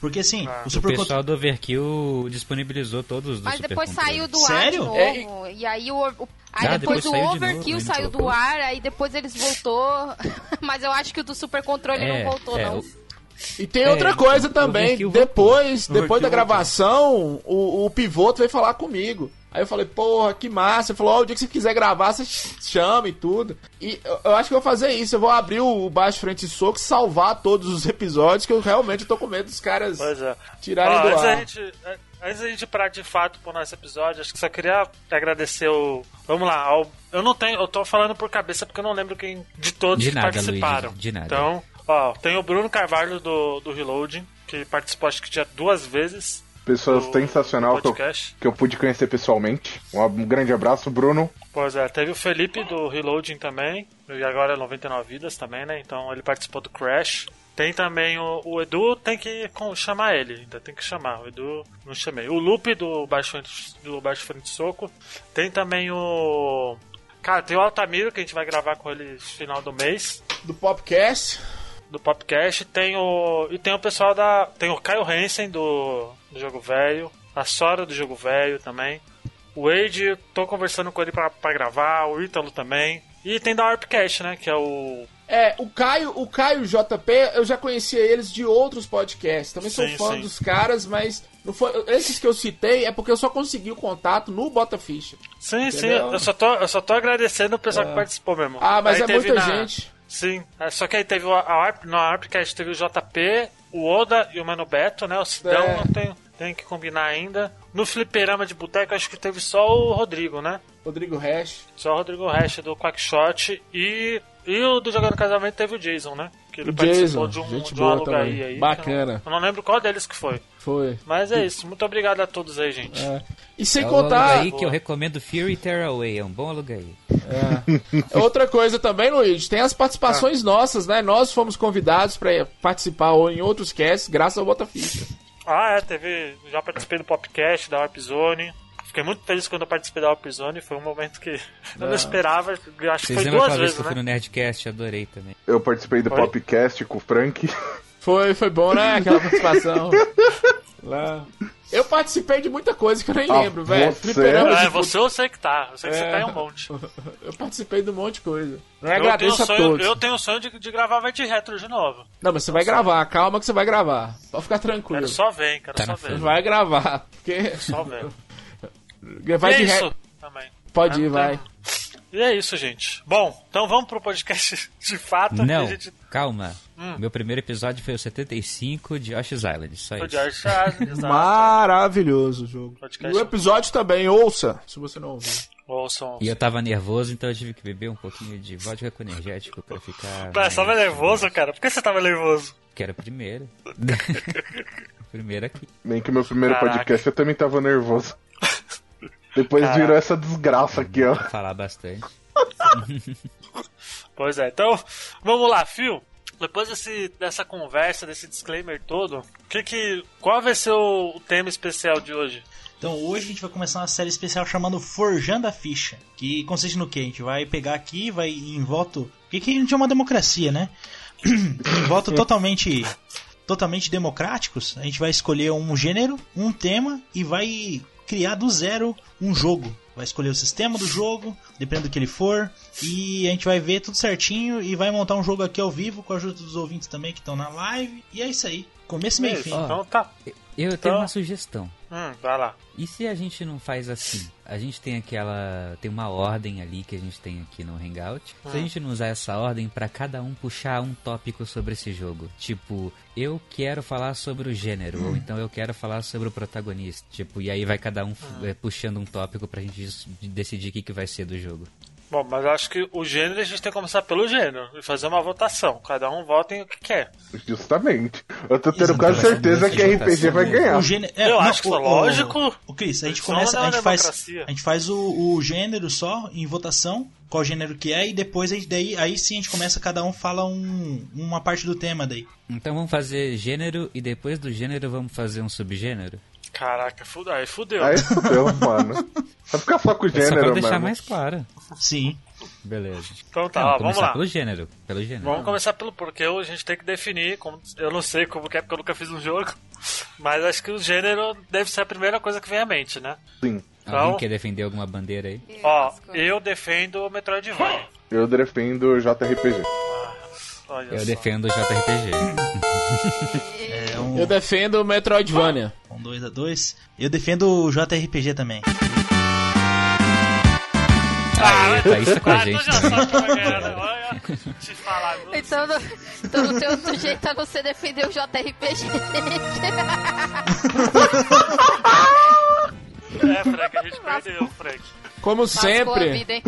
Porque assim,
Ah.
o
O
Super Controle.
pessoal do Overkill disponibilizou todos os do
Mas
Super
depois
Controle.
saiu do
Sério?
ar de
É,
novo. E aí o. o- Aí
Ah,
depois,
depois
o
saiu de
Overkill
novo, né,
saiu do
colocou?
ar, aí depois eles voltou. Mas eu acho que o do Super Controle
É,
não voltou,
é,
não.
o-
E tem
É,
outra coisa
o
também,
Overkill voltou.
depois,
O Overkill
depois da gravação, o, o pivoto veio falar comigo. Aí eu falei, porra, que massa. Ele falou, ó, o dia que você quiser gravar, você ch- chama e tudo. E eu, eu acho que eu vou fazer isso. Eu vou abrir o Baixo Frente e Soco, salvar todos os episódios, que eu realmente tô com medo dos caras
Pois é.
tirarem
Ó,
do
antes, da
ar.
gente, eh, antes da gente parar de fato pro nosso episódio, acho que só queria agradecer o. Vamos lá, ao- eu não tenho. Eu tô falando por cabeça porque eu não lembro quem de todos
De
que
nada,
participaram.
Luigi, de nada.
Então, ó, tem o Bruno Carvalho do, do Reloading, que participou acho que já duas vezes.
Pessoa
do-
é sensacional
do
que eu,
podcast.
que eu pude conhecer pessoalmente. Um ab- um grande abraço, Bruno.
Pois é, teve o Felipe do Reloading também, e agora é 99 Vidas também, né? Então ele participou do Crash. Tem também o, o Edu, tem que com- chamar ele, ainda tem que chamar. O Edu, não chamei. O Lupe do Baixo, Frente- do Baixo Frente Soco. Tem também o. Cara, tem o Altamiro que a gente vai gravar com ele no final do mês.
Do Popcast.
Do Popcast. Tem o. E tem o pessoal da. Tem o Caio Hansen do, do Jogo Velho. A Sora do Jogo Velho também. O Wade, tô conversando com ele pra, pra gravar. O Ítalo também. E tem da Warpcast, né? Que é o.
É, o Caio, o Caio JP, eu já conhecia eles de outros podcasts. Também sou
Sim,
fã
sim.
dos caras, mas não foi, esses que eu citei é porque eu só consegui o contato no Bota Ficha.
Sim,
Entendeu?
sim, eu só, tô, eu só tô agradecendo o pessoal
É.
que participou mesmo.
Ah, mas é
teve
muita gente.
Sim, é, só que aí teve a, a Arp, na Arpcast teve o JP, o Oda e o Mano Beto, né? O Sidão
É.
não tem, tem que combinar ainda. No fliperama de boteco acho que teve só o Rodrigo, né?
Rodrigo Hash.
Só o Rodrigo Hash do Quackshot e, e o do Jogando Casamento teve o Jason, né? Que ele
O
participou
Jason,
de um,
gente
de um
boa
alugaí
também.
aí.
Bacana.
Eu não, eu não lembro qual deles que foi.
Foi.
Mas é isso, muito obrigado a todos aí, gente.
E sem
é o
contar-
aí que eu recomendo Fury Tearaway, é um bom aluguel.
é. Outra coisa também, Luiz, tem as
Ah.
participações nossas, né? Nós fomos convidados pra participar ou em outros casts graças ao Bota Ficha.
Ah, é, teve. Já participei do podcast da Warp Zone. Fiquei muito feliz quando eu participei da Warp Zone. Foi um momento que eu
É.
não
Ah.
esperava. eu Acho que foi
Vocês lembram
duas
aquela vez
vezes,
que eu fui no
né? Tá
Nerdcast? Adorei também.
Eu participei do
Foi?
podcast com o Frank.
Foi, foi bom, né? Aquela participação. Lá. Eu participei de muita coisa que eu nem
Ah,
lembro, velho.
você?
Fliperama de
É, você eu sei que tá. Eu sei que você
tipo, É.
tá em um monte.
Eu participei de um monte de coisa. Eu
eu, tenho
agradeço a
sonho,
todos.
eu tenho o sonho de, de gravar Vai de Retro de novo.
Não, mas você vai gravar, calma que você vai gravar. Pode ficar tranquilo.
Quero só ver, quero
Tá
só
na
ver.
fila. Vai gravar, porque-
Só ver.
Vai
e
de
é
re-
isso Ah, tá. também.
Pode
Não
ir, vai.
tem- E é isso, gente. Bom, então vamos pro podcast de fato. que
Não,
A gente...
calma.
Hum.
Meu primeiro episódio foi o 75 de Yoshi's Island, só
Foi
isso.
de Archaz,
Maravilhoso o jogo.
Podcast.
E
é
o episódio também, ouça, se você não ouviu.
Ouçam.
E eu tava nervoso, então eu tive que beber um pouquinho de vodka com energético pra ficar...
Pera, você tava nervoso, cara? Por que você tava nervoso?
Que era o primeiro. primeiro aqui.
Nem que meu primeiro
Caraca.
podcast eu também tava nervoso. Depois
Caraca.
virou essa desgraça aqui, ó.
Falar bastante.
Pois é, então vamos lá, Phil. Depois desse, dessa conversa, desse disclaimer todo, que que, qual vai ser o, o tema especial de hoje?
Então hoje a gente vai começar uma série especial chamando Forjando a Ficha, que consiste no que? A gente vai pegar aqui, vai em voto. Porque que a gente é uma democracia, né? em voto totalmente totalmente democráticos, a gente vai escolher um gênero, um tema e vai criar do zero um jogo. Vai escolher o sistema do jogo, dependendo do que ele for, e a gente vai ver tudo certinho e vai montar um jogo aqui ao vivo com a ajuda dos ouvintes também que estão na live. E é isso aí. Começo,
É
meio e fim.
Ó, Eu
Então-
tenho uma sugestão.
tá. Hum, vai lá.
E se a gente não faz assim? A gente tem aquela. Tem uma ordem ali que a gente tem aqui no Hangout. Se a
Hum.
gente não usar essa ordem pra cada um puxar um tópico sobre esse jogo. Tipo, eu quero falar sobre o gênero. Ou então eu quero falar sobre o protagonista. Tipo, e aí vai cada um
Ah.
eh, puxando um tópico pra gente des- decidir o que, que vai ser do jogo.
Bom, mas eu acho que o gênero a gente tem que começar pelo gênero e fazer uma votação. Cada um vota em o que quer.
Justamente. Eu tô tendo quase certeza que a RPG vai ganhar.
O gênero- é,
eu
não,
acho que
o-
foi
o-
lógico.
O Cris, a gente
Só
começa,
na
a gente faz,
democracia.
a gente faz o, o gênero só em votação, qual gênero que é, e depois a gente, daí, aí sim a gente começa, cada um fala um- uma parte do tema daí.
Então vamos fazer gênero e depois do gênero vamos fazer um subgênero?
Caraca, fudeu. Aí fudeu.
Aí fudeu, mano. Vai ficar só com o
É só
gênero,
pra
mano.
deixar mais claro.
Sim.
Beleza.
Então tá,
É,
ó, vamos
começar
lá.
pelo gênero. Pelo gênero.
Vamos começar pelo porquê a gente tem que definir. Como, eu não sei como que é porque eu nunca fiz um jogo, mas acho que o gênero deve ser a primeira coisa que vem à mente, né?
Sim.
Alguém
Então-
quer defender alguma bandeira aí?
Ó, eu defendo o Metroidvania. Ah,
Eu defendo o JRPG.
Olha
Eu
só.
defendo o JRPG.
Eu defendo o Metroidvania.
É Um 2 a 2 Eu defendo o JRPG também.
Ah,
Aê, tá isso com a gente.
é né?
Então, não- então não tem outro jeito a não ser defender o JRPG,
É, Frank, a gente perdeu, Frank.
Como
a vida, hein?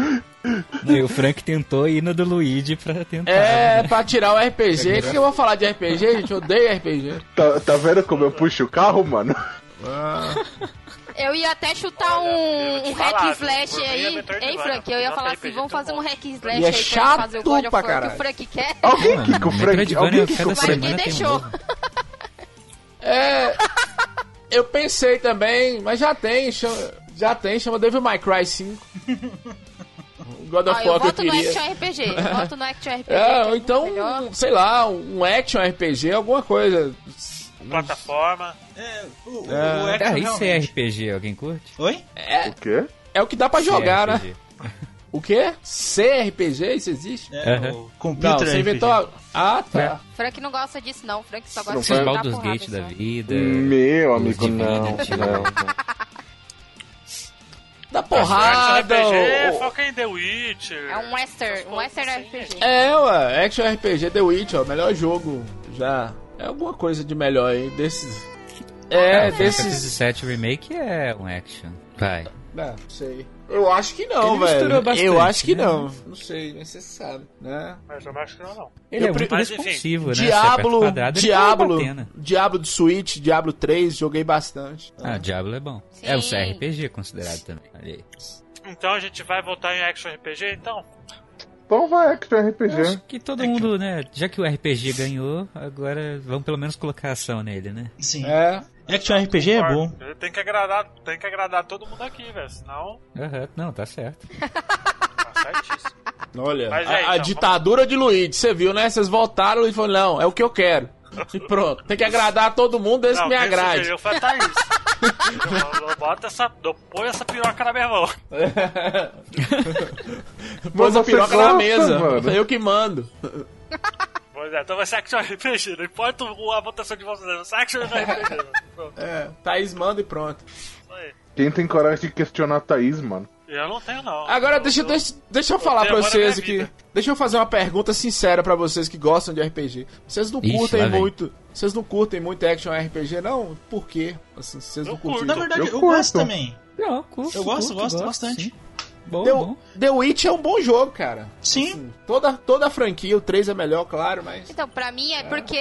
E o Frank tentou ir no do Luigi pra tentar.
É,
né?
pra tirar o RPG. O que que eu vou falar de RPG, gente? Eu odeio RPG.
Tá, tá vendo como eu puxo o carro, mano?
Eu ia até chutar
eu
um,
te
um
falar,
hack and
viu?
slash
Por mim,
aí,
é Metroid
hein,
Prime,
Frank? Eu ia
não tem
falar assim, vamos fazer um hack and slash
E é
aí pra ele fazer o God of War
chato pra
que o
caralho.
Frank quer.
Alguém que o Frank,
é
Metroidvania,
alguém que
cada
o
Mas
semana
ninguém
tem um
deixou.
É. Eu pensei também, mas já tem, chama- já tem, chama Devil May Cry 5. O God
Ó,
of
Ah, eu
War que eu
voto no
queria.
Action RPG. Eu voto no Action RPG.
É,
que
ou então,
melhor.
sei lá, um action RPG, alguma coisa.
Plataforma.
É, o,
É.
o Action
Cara, isso é
realmente.
RPG, alguém curte?
Oi?
É,
O quê?
é o que dá pra jogar, né?
CRPG.
O quê? CRPG? Isso existe?
É, o computer
Não, você
RPG.
inventou. Ah, tá.
Frank não gosta disso, não. Frank só gosta
Não
de
vai-
chutar
Baldur's
porrada
Gate da
só.
vida.
Meu amigo,
Divino,
não, não,
divino.
não.
Dá
Ah,
porrada.
RPG,
ou-
é foca em The Witcher.
É um Western, um Western RPG.
É, ué, Action RPG The Witch, ó, melhor jogo já. É alguma coisa de melhor aí, desses. É,
Final
desses.
Fantasy VII Remake é um action. Vai.
Não, sei. Eu acho que não,
Ele
velho.
misturou bastante,
eu acho que
né?
não. Não sei, mas você sabe, né? é
Mas eu não acho que não, não.
Ele
Eu
é
pre-
muito
Mas, enfim,
responsivo, né?
Diablo,
Você aperta o quadrado, ele
Diablo,
tá batendo.
Diablo de Switch, Diablo 3, joguei bastante.
Ah, Diablo é bom.
Sim.
É o CRPG considerado também. Olha aí.
Então a gente vai voltar em Action RPG, então?
Então vai, Action RPG.
Acho que
É
todo mundo, né? Já que o RPG ganhou, agora vamos pelo menos colocar ação nele, né?
Sim.
É,
Action RPG é bom.
Tem que agradar, tem que agradar todo mundo aqui, velho. Senão,
Aham, não, tá certo.
tá certíssimo.
olha,
Mas
a,
é,
a
então,
ditadura de Luigi, você viu, né? Vocês votaram e falaram, não, é o que eu quero. E pronto, tem que agradar todo mundo, esse
não,
me
quem
agrade.
sugeriu foi a Thaís. tá Eu- eu boto essa, eu ponho essa piroca na minha mão.
Pôs a
Você
piroca na
gosta,
mesa,
mano?
eu que mando.
Pois é, então vai ser Action RPG, não importa o- a votação de vocês, vai ser Action RPG. Pronto,
É, Thaís manda e pronto.
isso aí.
Quem tem coragem de questionar a Thaís, mano?
Eu não tenho, não.
Agora,
Eu-
deixa,
eu-
deixa, deixa eu falar pra
agora
vocês
minha
aqui.
vida.
Deixa eu fazer uma pergunta sincera pra vocês que gostam de RPG. Vocês não
Ixi,
curtem
lá vem.
muito. Vocês não curtem muito action RPG, não? Por quê? Assim, vocês
Eu
não curtem.
Tá
Na verdade,
Eu
eu,
curto.
gosto também.
Não, curto,
Eu gosto,
curto,
gosto bastante.
sim. Bom,
The,
bom.
The Witch é um bom jogo, cara.
Sim.
Toda, toda a franquia, o 3 é melhor, claro, mas.
Então, pra mim é porque.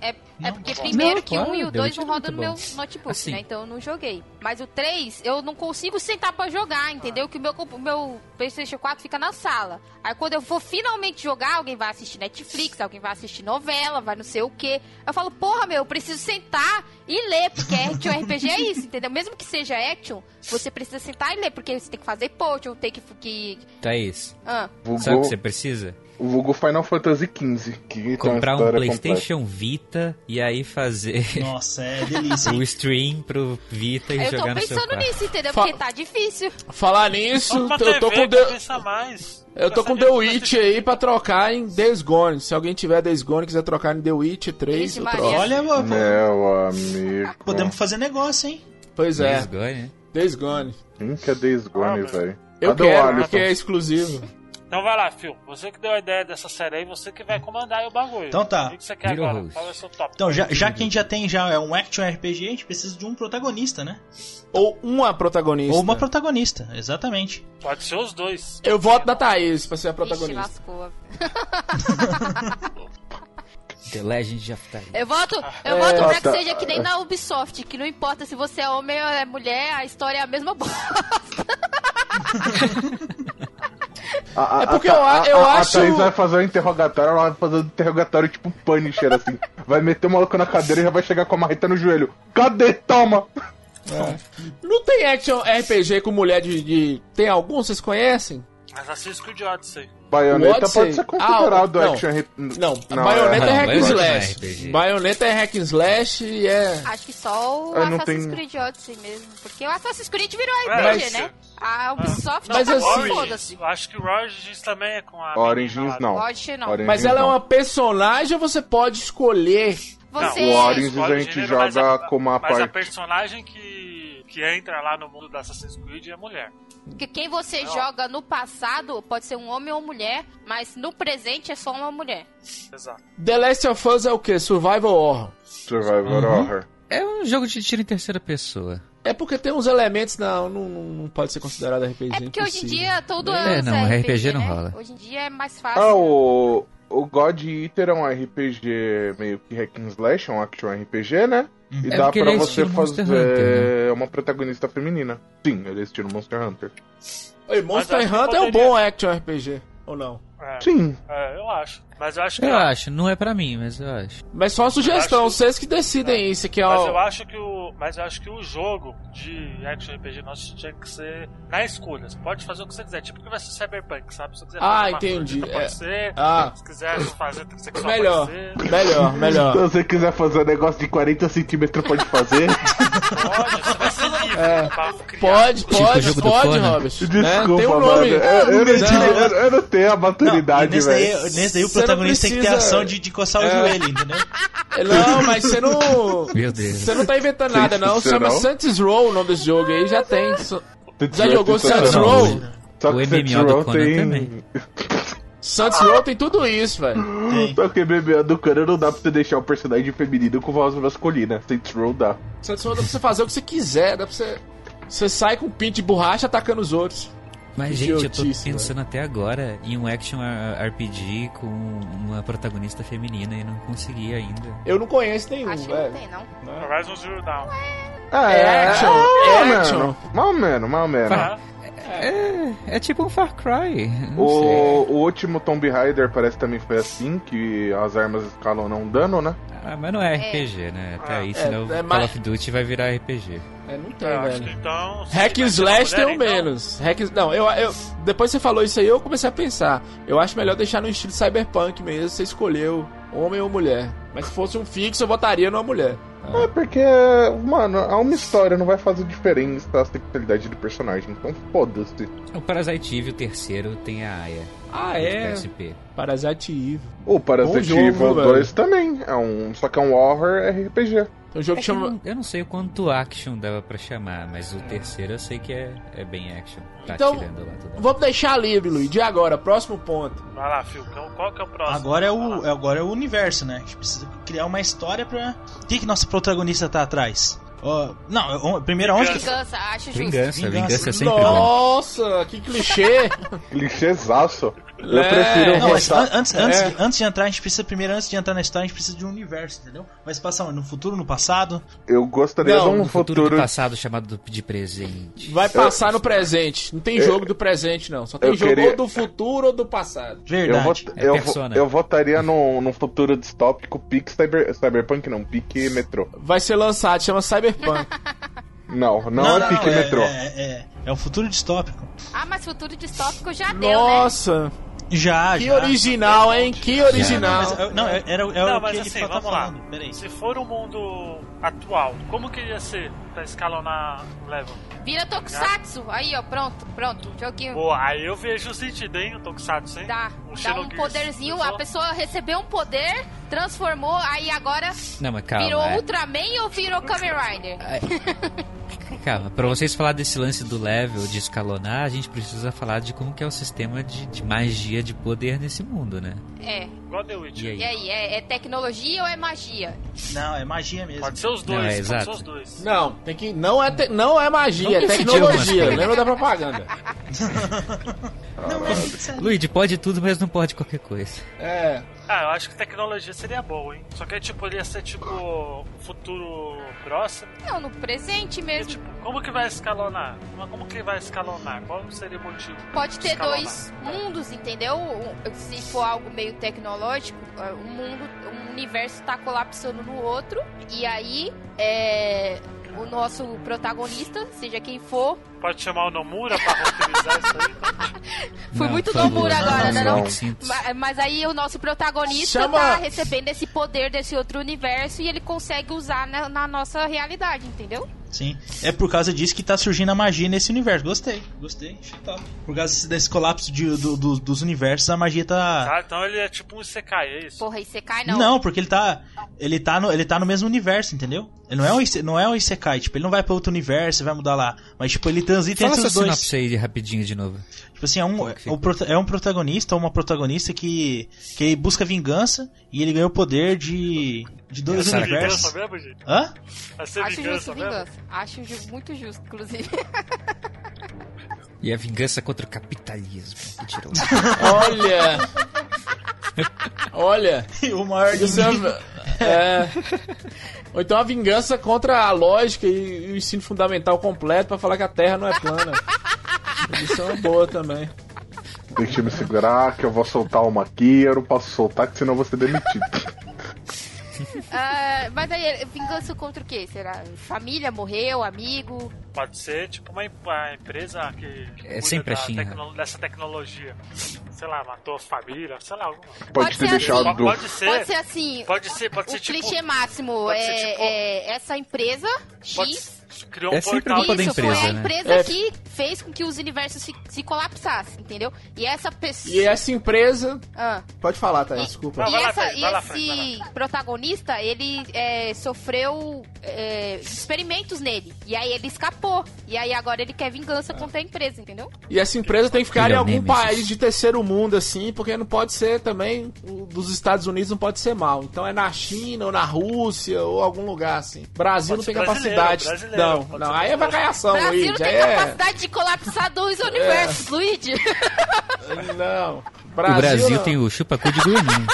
É, é porque
Não,
primeiro que
claro,
um e o
The
dois
Witcher
não
é
rodam no
muito
meu
bom.
notebook,
Assim.
né? Então eu não joguei. Mas o três eu não consigo sentar pra
Ah.
jogar, entendeu? Que o meu, comp- o meu PlayStation 4 fica na sala. Aí quando eu vou finalmente jogar, alguém vai assistir Netflix, alguém vai assistir novela, vai não sei o quê. Eu falo, porra, meu, eu preciso sentar e ler, porque action RPG é isso, entendeu? Mesmo que seja action, você precisa sentar e ler, porque você tem que fazer post, ou tem que. que
Thaís, Tá
ah,
sabe o
Vulgo,
que você precisa?
vulgo Final Fantasy XV. Que tem
Comprar um
uma história completa.
PlayStation Vita e aí fazer
Nossa, é delícia. hein?
o stream pro Vita e
eu tô
jogar no seu
pensando
quarto.
nisso, entendeu?
Fa-
Porque tá difícil.
Falar nisso,
Vamos pra
eu tô
TV,
com The,
compensa mais.
eu tô com The Witch aí pra trocar em Days Gone. Se alguém tiver Days Gone e quiser trocar em The Witch 3,
Vixe,
eu
Maria.
troco.
Olha, vô,
É.
Meu
Ah,
amigo.
podemos fazer negócio, hein?
Pois é,
Days Gone, né?
Days Gone.
Quem que é Days Gone,
Ah, mas-
velho?
Eu
Cadê o
quero,
Alisson?
porque é exclusivo.
Então vai lá, Phil. Você que deu a ideia dessa série aí, você que vai comandar aí o bagulho.
Então tá.
O que que você quer
Vira o
agora?
host.
Qual é o seu top?
Então, já, já que a gente já tem já é um action RPG, a gente precisa de um protagonista, né?
Ou uma protagonista.
Ou uma protagonista, exatamente.
Pode ser os dois.
Eu voto da Thaís pra ser a
Ixi,
protagonista.
lascou.
The Legend of Thaís.
Eu voto,
É.
eu voto pra que
tá.
seja que nem na Ubisoft, que não importa se você é homem ou é mulher, a história é a mesma bosta.
A- a-
É porque
a-
eu a-
a-
eu
a-
acho-
A Thaís vai fazer um interrogatório, ela vai fazer um interrogatório tipo Punisher, assim. Vai meter o maluco na cadeira e já vai chegar com a marreta no joelho. Cadê? Toma!
Não tem action RPG com mulher de. de- Tem algum, vocês conhecem?
Assassin's Creed Odyssey.
O
Baioneta
Odyssey.
pode ser considerado
Ah, não.
action... re-
Não, baioneta é, hack and
Baioneta não é
slash.
RPG.
Baioneta é hack and slash e é.
Acho que só o
Eu não
Assassin's
tenho-
Creed Odyssey mesmo, porque o Assassin's Creed virou
É,
RPG,
mas-
né? A Ubisoft
Mas
tá
assim-
com
Origins.
foda-se.
Eu acho que o Origins também é com a.
Origins
menina lá.
não.
Lógico não.
Origins
Mas ela é
não.
uma personagem ou você pode escolher?
Você
o Origins
Escolhe
a
o
gente
é gênero, mas
joga como a
mas a
parte-
personagem que, que entra lá no mundo da Assassin's Creed é mulher.
que quem você
Não.
joga no passado pode ser um homem ou mulher, mas no presente é só uma mulher.
Exato.
The Last of Us é o quê? Survival horror.
Survivor Horror.
É um jogo de tiro em terceira pessoa.
É porque tem uns elementos. Não, não, não- não pode ser considerado RPG.
É porque hoje em
impossível.
dia todo
É,
ano
não,
é
RPG não
né?
rola.
Hoje em dia é mais fácil.
Ah, o... O God Eater é um RPG meio que hack and slash, é um action RPG, né? E
É
dá
porque ele
pra
é
você
estilo
fazer é
Monster Hunter, né?
uma protagonista feminina. Sim, ele é estilo Monster Hunter.
Oi,
Mas
Monster
acho que
Hunter é um
poderia-
bom action RPG, ou não?
É.
Sim.
É, eu acho. Mas eu acho que.
Eu acho, não é pra mim, mas eu acho.
Mas só uma sugestão, vocês que decidem isso, que é
Mas
o...
eu acho que o. Mas eu acho que o jogo de action RPG nosso tinha que ser na escolha. Você pode fazer o que você quiser. Tipo que vai ser Cyberpunk, sabe? Se você quiser
Ah,
fazer uma
entendi.
fluida, pode
É.
ser.
Ah.
Se quiser fazer transexual,
Melhor,
pode ser.
melhor,
Ah.
melhor.
Se você quiser fazer um negócio de 40 centímetros, pode fazer.
É. Pode, pode, pode, Robson. né?
Desculpa,
Tem um
mano.
nome.
Eu, eu não
Não.
tinha- eu- eu não tenho a
E
maturidade,
nesse, daí,
velho.
nesse daí o
Você não
protagonista tem que ter
precisa-
ação de, de coçar o
É.
joelho, entendeu?
Não, mas você não.
Meu Deus.
Você não tá inventando nada, não. Chama
Sensacional.
Santis Row o nome desse jogo aí, já tem. So- Já
Santos
jogou
é
Santis
sensacional.
Row?
Só
O
que Saints
MMO do
Row
Conan
tem-
também.
Santos Row tem tudo isso, velho.
Só que MMO do Conan não dá pra você deixar o personagem feminino com voz masculina. Saints Row dá.
Santos Row dá pra você fazer o que você quiser, dá pra você. Você sai com um pinto de borracha atacando os outros.
Mas,
Que
gente, eu tô
idiotice,
pensando até agora em um action R- RPG com uma protagonista feminina e não consegui ainda.
Eu não conheço nenhum,
Acho que não
velho.
tem, não.
Horizon Zero Dawn.
Ah,
É action, é action.
Mal menos, mal menos.
Far- É, é tipo um Far Cry. Não sei.
O, o último Tomb Raider parece que também foi assim, que as armas escalonam dano, né?
Ah, mas não é RPG, né? Até aí, senão
é
Call
mais-
of Duty vai virar RPG.
É, não tem,
Eu acho que
velho.
então. se vai
Hack
ter
and
uma
Slash tem
mulher,
o
então,
menos. Hack and- Não, eu, eu. Depois que você falou isso aí, eu comecei a pensar. Eu acho melhor deixar no estilo cyberpunk mesmo, você escolheu homem ou mulher. Mas se fosse um fixo, eu votaria numa mulher.
É porque, mano, há uma história, não vai fazer diferença a sexualidade do personagem, então foda-se.
O Parasite Eve, o terceiro, tem a Aya.
Ah,
do
é?
PSP.
Parasite Eve.
O Parasite
jogo,
Evil
velho.
2 também, é um, só que é um horror RPG.
Tem um jogo
É
que
que eu,
chama.
não, eu não sei o quanto action dava pra chamar, mas o terceiro eu sei que é, é bem action. Tá
Então,
tirando lá toda
Vamos deixar livre, Luiz. De agora, próximo ponto.
Não. Vai lá, Phil. Então, qual que é o próximo?
Agora é
Vai
o,
lá.
é- agora é o universo, né? A gente precisa criar uma história pra. O que, que nosso protagonista tá atrás? Ó, não, eu- on- primeiro onde que.
Vingança, acho justo.
Vingança, vingança,
Vingança.
é sempre bom.
Nossa, que clichê!
Clichêzaço. Eu
É.
prefiro
Não, mas an-
votar.
antes, antes,
É.
antes de entrar, a gente precisa. Primeiro, antes de entrar na história, a gente precisa de um universo, entendeu? Vai se passar onde? no futuro, no passado.
Eu gostaria
Não,
de um
No futuro,
futuro.
do passado chamado do- de presente.
Vai passar no presente. Não tem jogo do presente, não. Só tem
eu
jogo
queria-
ou do futuro ou do passado.
eu,
Verdade.
vot,
É
eu,
Persona.
vo- eu votaria num, num futuro distópico, pique cyber, Cyberpunk, não, pique metrô.
Vai ser lançado, chama Cyberpunk.
Não, não, é pique
é,
metrô.
É, é, é um futuro distópico.
Ah, mas futuro distópico já deu, né?
Nossa,
Já,
que
já.
original, hein? Que original.
Mas, eu- não, era, era
Não,
É o que
mas
ele
assim,
tava
vamos lá.
falando. Peraí.
Se for o mundo atual, como que ia ser pra escalonar o level?
Vira Tokusatsu. Aí, ó, pronto, pronto. Joguinho.
Pô, aí eu vejo o sentido, hein, o Tokusatsu, hein?
Dá,
O
dá um
Xenogears.
poderzinho,
Pensou?
a pessoa recebeu um poder, transformou, aí agora
Não, mas calma.
virou
é-
Ultraman ou virou Kamen Rider?
Calma, pra vocês falar desse lance do level, de escalonar, a gente precisa falar de como que é o sistema de, de magia de poder nesse mundo, né?
É,
Igual The Witch.
E aí?
e aí, é, é tecnologia ou é magia?
Não, é magia mesmo.
Pode ser os dois,
Não, é
pode ser
exato.
os dois.
Não, tem que. Não é, te- não é magia, é
Não decidiu,
tecnologia.
mas-
Lembra da propaganda?
Luigi, pode tudo, mas não pode qualquer coisa.
É.
Ah, eu acho que tecnologia seria boa, hein? Só que tipo, ia ser tipo um futuro próximo.
Não, no presente
E,
mesmo.
tipo, como que vai escalonar? Mas Como que vai escalonar? Qual seria o motivo?
Pode ter
Escalonar.
dois mundos, entendeu? Um- Se for algo meio tecnológico, é, um mundo, um universo tá colapsando no outro, e aí é, o nosso protagonista, seja quem for,
Pode chamar o Nomura pra roteirizar isso aí? tá?
Foi
Não,
muito
por favor,
loucura agora, né, não?
me sinto.
Ma- Mas aí o nosso protagonista
Chama-
tá recebendo esse poder desse outro universo e ele consegue usar na, na nossa realidade, entendeu?
Sim. É por causa disso que tá surgindo a magia nesse universo. Gostei, gostei. Achei top. Por causa desse, desse colapso de- do- do- dos universos, a magia tá.
Ah, então ele é tipo um Isekai, é isso?
Porra, você cai
Não.
não.
porque ele tá. Ele tá, no, ele tá no mesmo universo, entendeu? Ele não é um, Ise- não é um Isekai, tipo, ele não vai pra outro universo e vai mudar lá. Mas, tipo, ele transita
Fala
entre
essa
os dois.
sinopse aí de rapidinho de novo.
Tipo assim, é um,
Como que
é um prota- é um protagonista ou uma protagonista que, que busca vingança e ele ganhou o poder de, de dois
Essa-
universos.
Vingança mesmo, gente?
Hã?
Vai ser
Acho justo
vingança mesmo?
vingança. Acho ju- muito justo, inclusive.
E a vingança contra o capitalismo. Mentira.
Olha! Olha!
o maior
Isso é. é. Ou então a vingança contra a lógica e, e o ensino fundamental completo pra falar que a Terra não é plana. Isso é uma boa também.
Deixa eu me segurar que eu vou soltar uma aqui, eu não posso soltar, que senão eu vou ser demitido.
Ah, mas aí, vingança contra o quê? Será? Família morreu, amigo?
Pode ser tipo uma, em- uma empresa que, que
É
cuida
sempre a China.
tecno- dessa tecnologia. Sei lá, matou a família, sei lá, alguma coisa.
Pode ter deixado.
Pode ser.
Pode ser assim.
Pode ser, pode
o
ser tipo.
clichê máximo
pode
é,
ser tipo-
é essa empresa X.
Pode ser- criou um
É sempre
portal.
culpa da
Isso foi
empresa,
a
né?
empresa
É.
que fez com que os universos se, se colapsassem, entendeu? E essa pessoa.
E é- essa empresa.
Ah.
Pode falar, Thaís, desculpa.
e essa- e esse protagonista, ele é, sofreu é, experimentos nele. E aí ele escapou. E aí agora ele quer vingança contra a empresa, entendeu?
E essa empresa tem que ficar em
Criar
algum
nemesis.
país de terceiro mundo, assim, porque não pode ser também. o Dos Estados Unidos não pode ser mal. Então é na China, ou na Rússia, ou algum lugar, assim. Brasil
Pode
não tem
ser brasileiro,
capacidade.
brasileiro,
não,
pode
não.
ser
Aí é
brasileiro.
vacaiação,
Brasil
Luiz.
não tem
aí é...
capacidade de colapsar dois universos, Luigi.
Não.
o Brasil
não.
tem um- o chupacu de goianinha.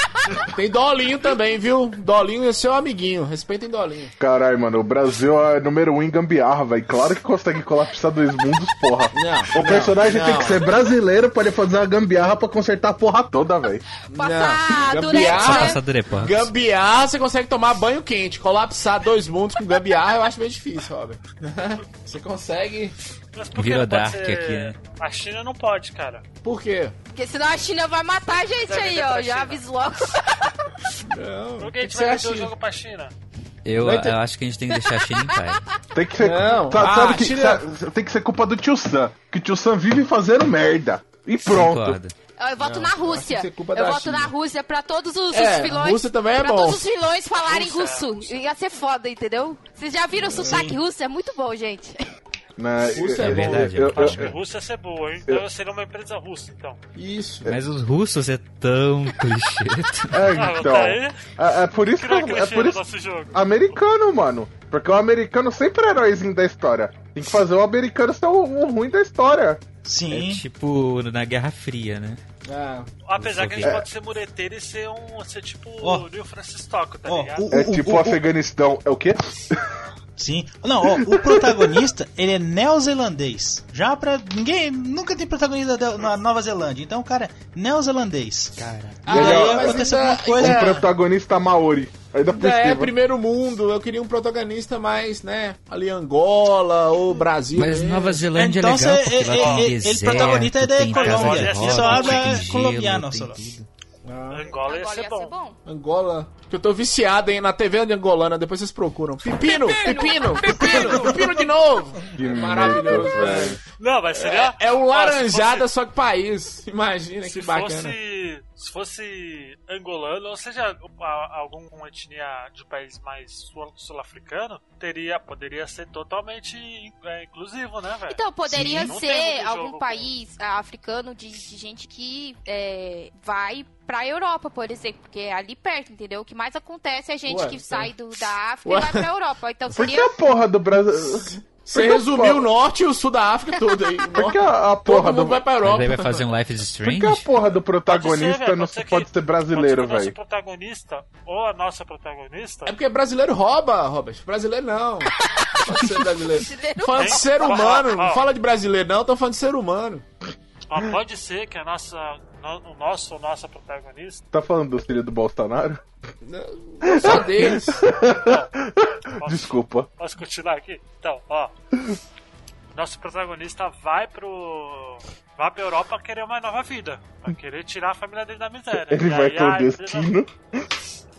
Tem Dolinho também, viu? Dolinho é seu amiguinho. Respeitem Dolinho.
Caralho, mano, o Brasil é número um em gambiarra, velho. Claro que consegue colapsar dois mundos, porra.
Não,
o personagem
não,
tem
não.
que ser brasileiro pra ele fazer uma gambiarra pra consertar a porra toda, velho.
Passar
Não.
durante.
Gambiarra.
Só
Ah,
passar do repórter.
Gambiarra, você consegue tomar banho quente. Colapsar dois mundos com gambiarra, eu acho meio difícil, Robert. Você consegue.
Mas por que
Virou
não pode
Dark
ser-
aqui, né?
A China não pode, cara.
Por quê?
Porque senão a China vai matar a gente
Vai
aí,
vender
ó.
pra
Já
China.
aviso logo.
Não.
Por
O
que
que
a
que
gente
você
vai vender
acha? É.
o jogo pra China?
Eu,
Vai ter-
eu acho que a gente tem que deixar a China em paz.
Tem que ser.
Não.
Sabe,
Ah,
sabe que,
tira-
sabe- tem que ser culpa do tio Sam. Que o tio Sam vive fazendo merda. E pronto.
Concordo.
Ó, Eu voto
Não,
na
eu acho
Rússia.
que isso é culpa
Eu
da
voto
China.
na Rússia pra todos os, os
É,
vilões.
Rússia também é
pra
bom.
todos os vilões falarem
Rússia,
russo. Ia ser foda, entendeu? Vocês já viram o sotaque russo? É muito bom, gente.
Né?
Isso é
Eu-
verdade,
eu-
é
eu-
verdade.
A Rússia ia ser boa, hein? Então eu seria uma empresa russa, então.
Isso.
Mas os russos é tão clichê.
É,
Ah,
então.
tá aí.
É, é por isso que.
Criou
eu- É
clichê
por
no
isso
nosso
Ah,
jogo.
americano, mano. Porque o americano sempre é heróizinho da história. Tem que fazer o americano ser o, o ruim da história.
Sim.
É tipo na Guerra Fria, né?
Ah,
Apesar
Isso
que a gente
aqui.
pode ser mureteiro e ser um. ser tipo
Ó.
o Neil Francis Tocco, tá
Ó,
ligado?
o-
É tipo o, Afeganistão. É o quê?
Sim. Não, ó, o protagonista, ele é neozelandês. Já pra. Ninguém. Nunca tem protagonista da- na Nova Zelândia. Então o cara é neozelandês. Cara. E
Ele
aí
é- mas
aconteceu
ainda-
alguma coisa.
Um protagonista maori. Ainda por
Ainda é
cima.
primeiro mundo. Eu queria um protagonista mais, né? Ali Angola ou Brasil.
Mas
mesmo.
Nova Zelândia
Então,
é legal,
cê-
porque
é-
lá
é-
tem
ele
deserto,
protagonista é da
tem casa
Colômbia,
de
ele
rock,
só
habla
tem gelo,
colombiano,
tem
só.
tudo.
Angola ia
Agora
ser bom.
Angola. Que eu tô viciado, hein? Na TV angolana, depois vocês procuram. Pepino! Pepino! Pepino! Pepino de novo!
Que
É Maravilhoso,
merda,
velho.
Não, mas seria.
É um
Ó, se
laranjada,
fosse-
só que país. Imagina que
Se
bacana.
fosse, se fosse angolano, ou seja, a- algum com etnia de país mais sul- sul-africano, teria, poderia ser totalmente é, inclusivo, né, velho?
Então, poderia
Sim. Não tem
ser
muito
algum
jogo.
país ah, africano de, de gente que é, vai pra Europa, por exemplo, porque é ali perto, entendeu? O que mais acontece é gente
Ué,
que
tá.
sai do, da África
Ué.
e vai pra Europa. Então
Por que
seria.
a porra do Brasil.
Você resumiu o norte e o sul da África todo aí.
Por que a, a
Todo
porra
mundo
do.
vai pra
Mas
Europa. tá
aí vai fazer um Life is
Por
Strange?
que a porra do
Pode
protagonista
ser, velho,
não
pode ser que-
pode ser
Pode
brasileiro,
ser o
velho?
nosso protagonista, ou a nossa protagonista,
É porque brasileiro rouba, Robert. Brasileiro não. Pode ser brasileiro. Falando de ser humano. Não fala de brasileiro, não. Tô falando de ser humano.
ó, pode ser que a nossa, no- o nosso ou nossa protagonista,
Tá falando do filho do Bolsonaro?
Só deles.
Desculpa.
posso continuar aqui? Então, ó, nosso protagonista vai pro... Vai pra Europa querer uma nova vida. Vai querer tirar a família dele da miséria.
Ele
E
vai
aí
ter um
a empresa-
destino.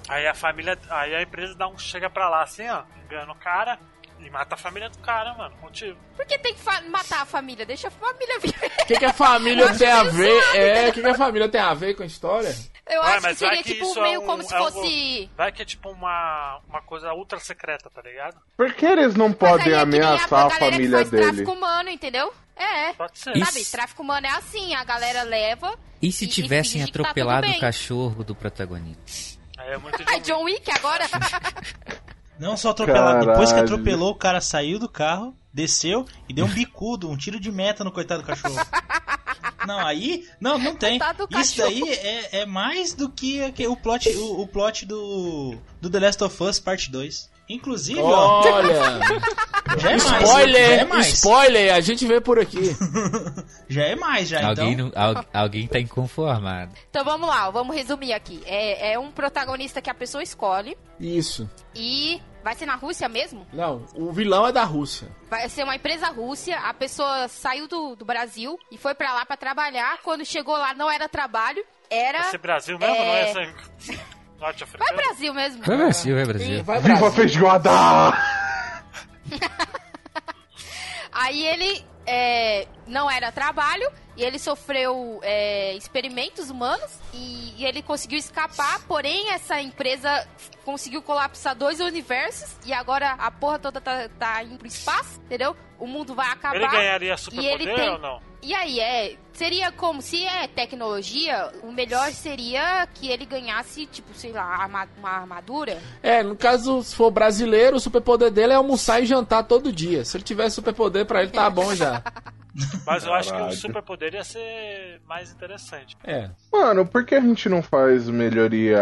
Aí a família. Aí a empresa dá um chega pra lá assim, ó, engana o cara e mata a família do cara, mano. Motivo.
Por que tem que fa- matar a família? Deixa a família viver.
O que, que a família tem a ver? É, o que, que a família tem a ver com a história?
Eu
Ué,
acho
mas
que
vai
seria
que
tipo
isso
meio
é um-
como se
é um-
fosse.
Vai que é tipo uma, uma coisa ultra secreta, tá ligado?
Por que eles não
Mas aí
podem
é que nem
ameaçar a
galera que
família
faz
dele?
Tráfico humano, entendeu? É.
Pode ser.
Isso.
Sabe, tráfico humano é assim, a galera leva.
E se
e- e
tivessem
finge que tá tudo
atropelado
bem.
o cachorro do protagonista?
Aí é muito
Ai, John Wick agora?
Não só atropelado, depois que
Caralho.
atropelou, o cara saiu do carro, desceu e deu um bicudo, um tiro de meta no coitado do cachorro. Não, aí. Não, não tem.
Coitado do
Isso daí é, é mais do que aque- o plot, o, o plot do, do The Last of Us Parte 2. Inclusive,
Olha!
ó. Já é mais.
spoiler!
Já é mais.
Spoiler! A gente vê por aqui.
Já é mais, já.
Alguém,
então.
não, al- alguém tá inconformado.
Então vamos lá, vamos resumir aqui. É, é um protagonista que a pessoa escolhe
Isso.
e vai ser na Rússia mesmo?
Não, o vilão é da Rússia.
Vai ser uma empresa russa, a pessoa saiu do, do Brasil e foi pra lá pra trabalhar. Quando chegou lá não era trabalho, era.
Esse Brasil mesmo, não é
um É.
essa norte-africana?
Vai Brasil mesmo.
Vai Brasil, é. vai Brasil.
Vai
Viva a feijoada!
Aí ele é, não era trabalho e ele sofreu é, experimentos humanos e, e ele conseguiu escapar, porém essa empresa conseguiu colapsar dois universos e agora a porra toda tá, tá indo pro espaço, entendeu? O mundo vai acabar.
Ele ganharia
e ele
superpoder
tem-
ou não?
E aí, é, seria como se é tecnologia, o melhor seria que ele ganhasse, tipo, sei lá, arma- uma armadura.
É, no caso, se for brasileiro, o superpoder dele é almoçar e jantar todo dia. Se ele tiver superpoder pra ele, tá bom já.
Mas eu acho que o
Caralho.
superpoder ia ser mais interessante.
É.
Mano, por que a gente não faz melhoria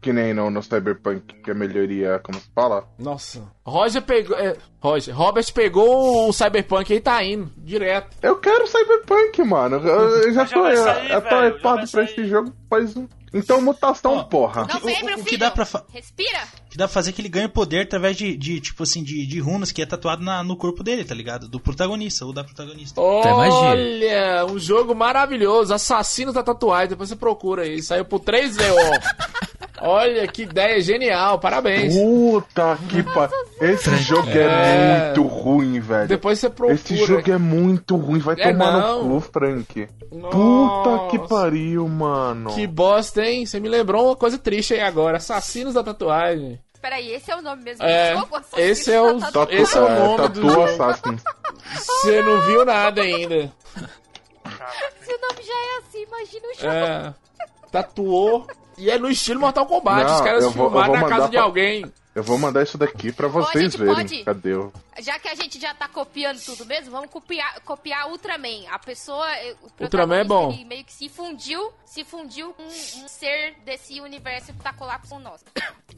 que nem no, no Cyberpunk, que é melhoria, como se fala?
Nossa. Roger pegou. é, Roger, Robert pegou o Cyberpunk e tá indo, direto.
Eu quero Cyberpunk, mano. Eu, eu já
Mas já
tô,
vai
eu,
sair,
eu tô
velho, já
hypado pra esse jogo faz um. Então, mutação, porra.
Não vem, meu
o
filho!
que dá pra fa-
Respira!
que dá pra fazer é que ele ganha poder através de, de, tipo assim, de, de runas que é tatuado na- no corpo dele, tá ligado? Do protagonista ou da protagonista.
Olha, um jogo maravilhoso. Assassinos da Tatuagem. Depois você procura aí. Saiu por 3 DO. Olha que ideia genial. Parabéns.
Puta que pa... Esse jogo
É.
é muito ruim, velho.
Depois você procura.
Esse jogo é muito ruim, vai
É,
tomar
não.
no cu, Frank.
Nossa.
Puta que pariu, mano.
Que bosta, hein? Você me lembrou uma coisa triste aí agora. Assassinos da Tatuagem.
Peraí, esse é o nome mesmo
É,
do jogo? Assassino
esse é o,
da
Tatu-
esse é o
é,
nome do
Tatu
jogo.
Assassin.
Você não viu nada ainda.
Se o nome já é assim, imagina o jogo.
É, tatuou. E é no estilo Mortal Kombat. Os caras
eu vou- eu
filmaram
vou
na casa
mandar
de
pra-
alguém.
Eu vou mandar isso daqui pra vocês
gente,
verem.
pode?
Cadê? o-
Já que a gente já tá copiando tudo mesmo, vamos copiar, copiar Ultraman. A pessoa. eh, O
Ultraman
protagonista,
é bom.
Ele meio que se fundiu, se fundiu com um ser desse universo que tá colapsando nosso.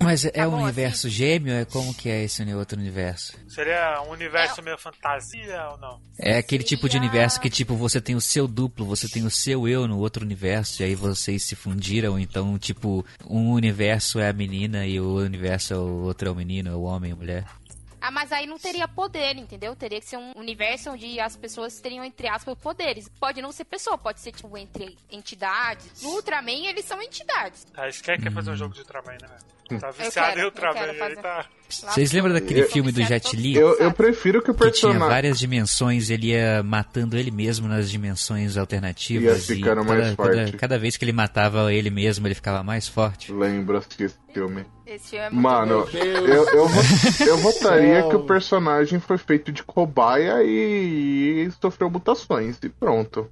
Mas é um universo gêmeo? É como que é esse outro universo?
Seria um universo
É.
meio fantasia ou não?
É aquele tipo de universo que, tipo, você tem o seu duplo, você tem o seu eu no outro universo, e aí vocês se fundiram, então, tipo, um universo é a menina e o universo é o outro é o menino, é o homem, a mulher.
Ah, mas aí não teria poder, entendeu? Teria que ser um universo onde as pessoas teriam, entre aspas, poderes. Pode não ser pessoa, pode ser, tipo, entre entidades. No Ultraman, eles são entidades.
Tá, esse cara quer fazer um jogo de Ultraman, né, velho? Tá
quero,
viciado em
eu
Ultraman,
quero
ele
fazer.
tá...
Vocês lembram daquele filme
é
do Jet Li?
Eu, eu prefiro que o
Que tinha
personagem.
várias dimensões, ele ia matando ele mesmo nas dimensões alternativas.
Ia ficando
e
mais
cada,
forte.
cada vez que ele matava ele mesmo, ele ficava mais forte.
Lembro assisti esse filme.
Esse filme é muito
Mano,
bom.
eu, eu, vo- eu votaria
Céu.
que o personagem foi feito de cobaia e, e sofreu mutações e pronto.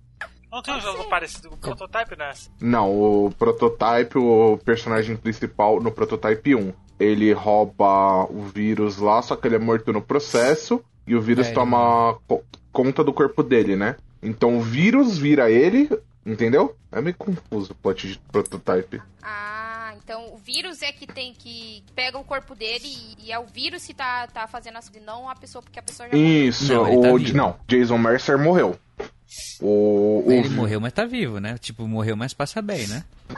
Não
Ah,
tem um jogo parecido com o Prototype nessa?
Não, o prototype, o personagem principal no prototype 1, ele rouba o vírus lá, só que ele é morto no processo e o vírus
É,
toma co- conta do corpo dele, né? Então o vírus vira ele, entendeu? É meio confuso o plot de prototype.
Ah, então o vírus é que tem que pega o corpo dele e, e é o vírus que tá, tá fazendo as e não a pessoa, porque a pessoa já morreu.
Isso,
Não, ele tá
o
vivo.
não, Jason Mercer morreu. O, o
Ele morreu, mas tá vivo, né? Tipo, morreu, mas passa bem, né?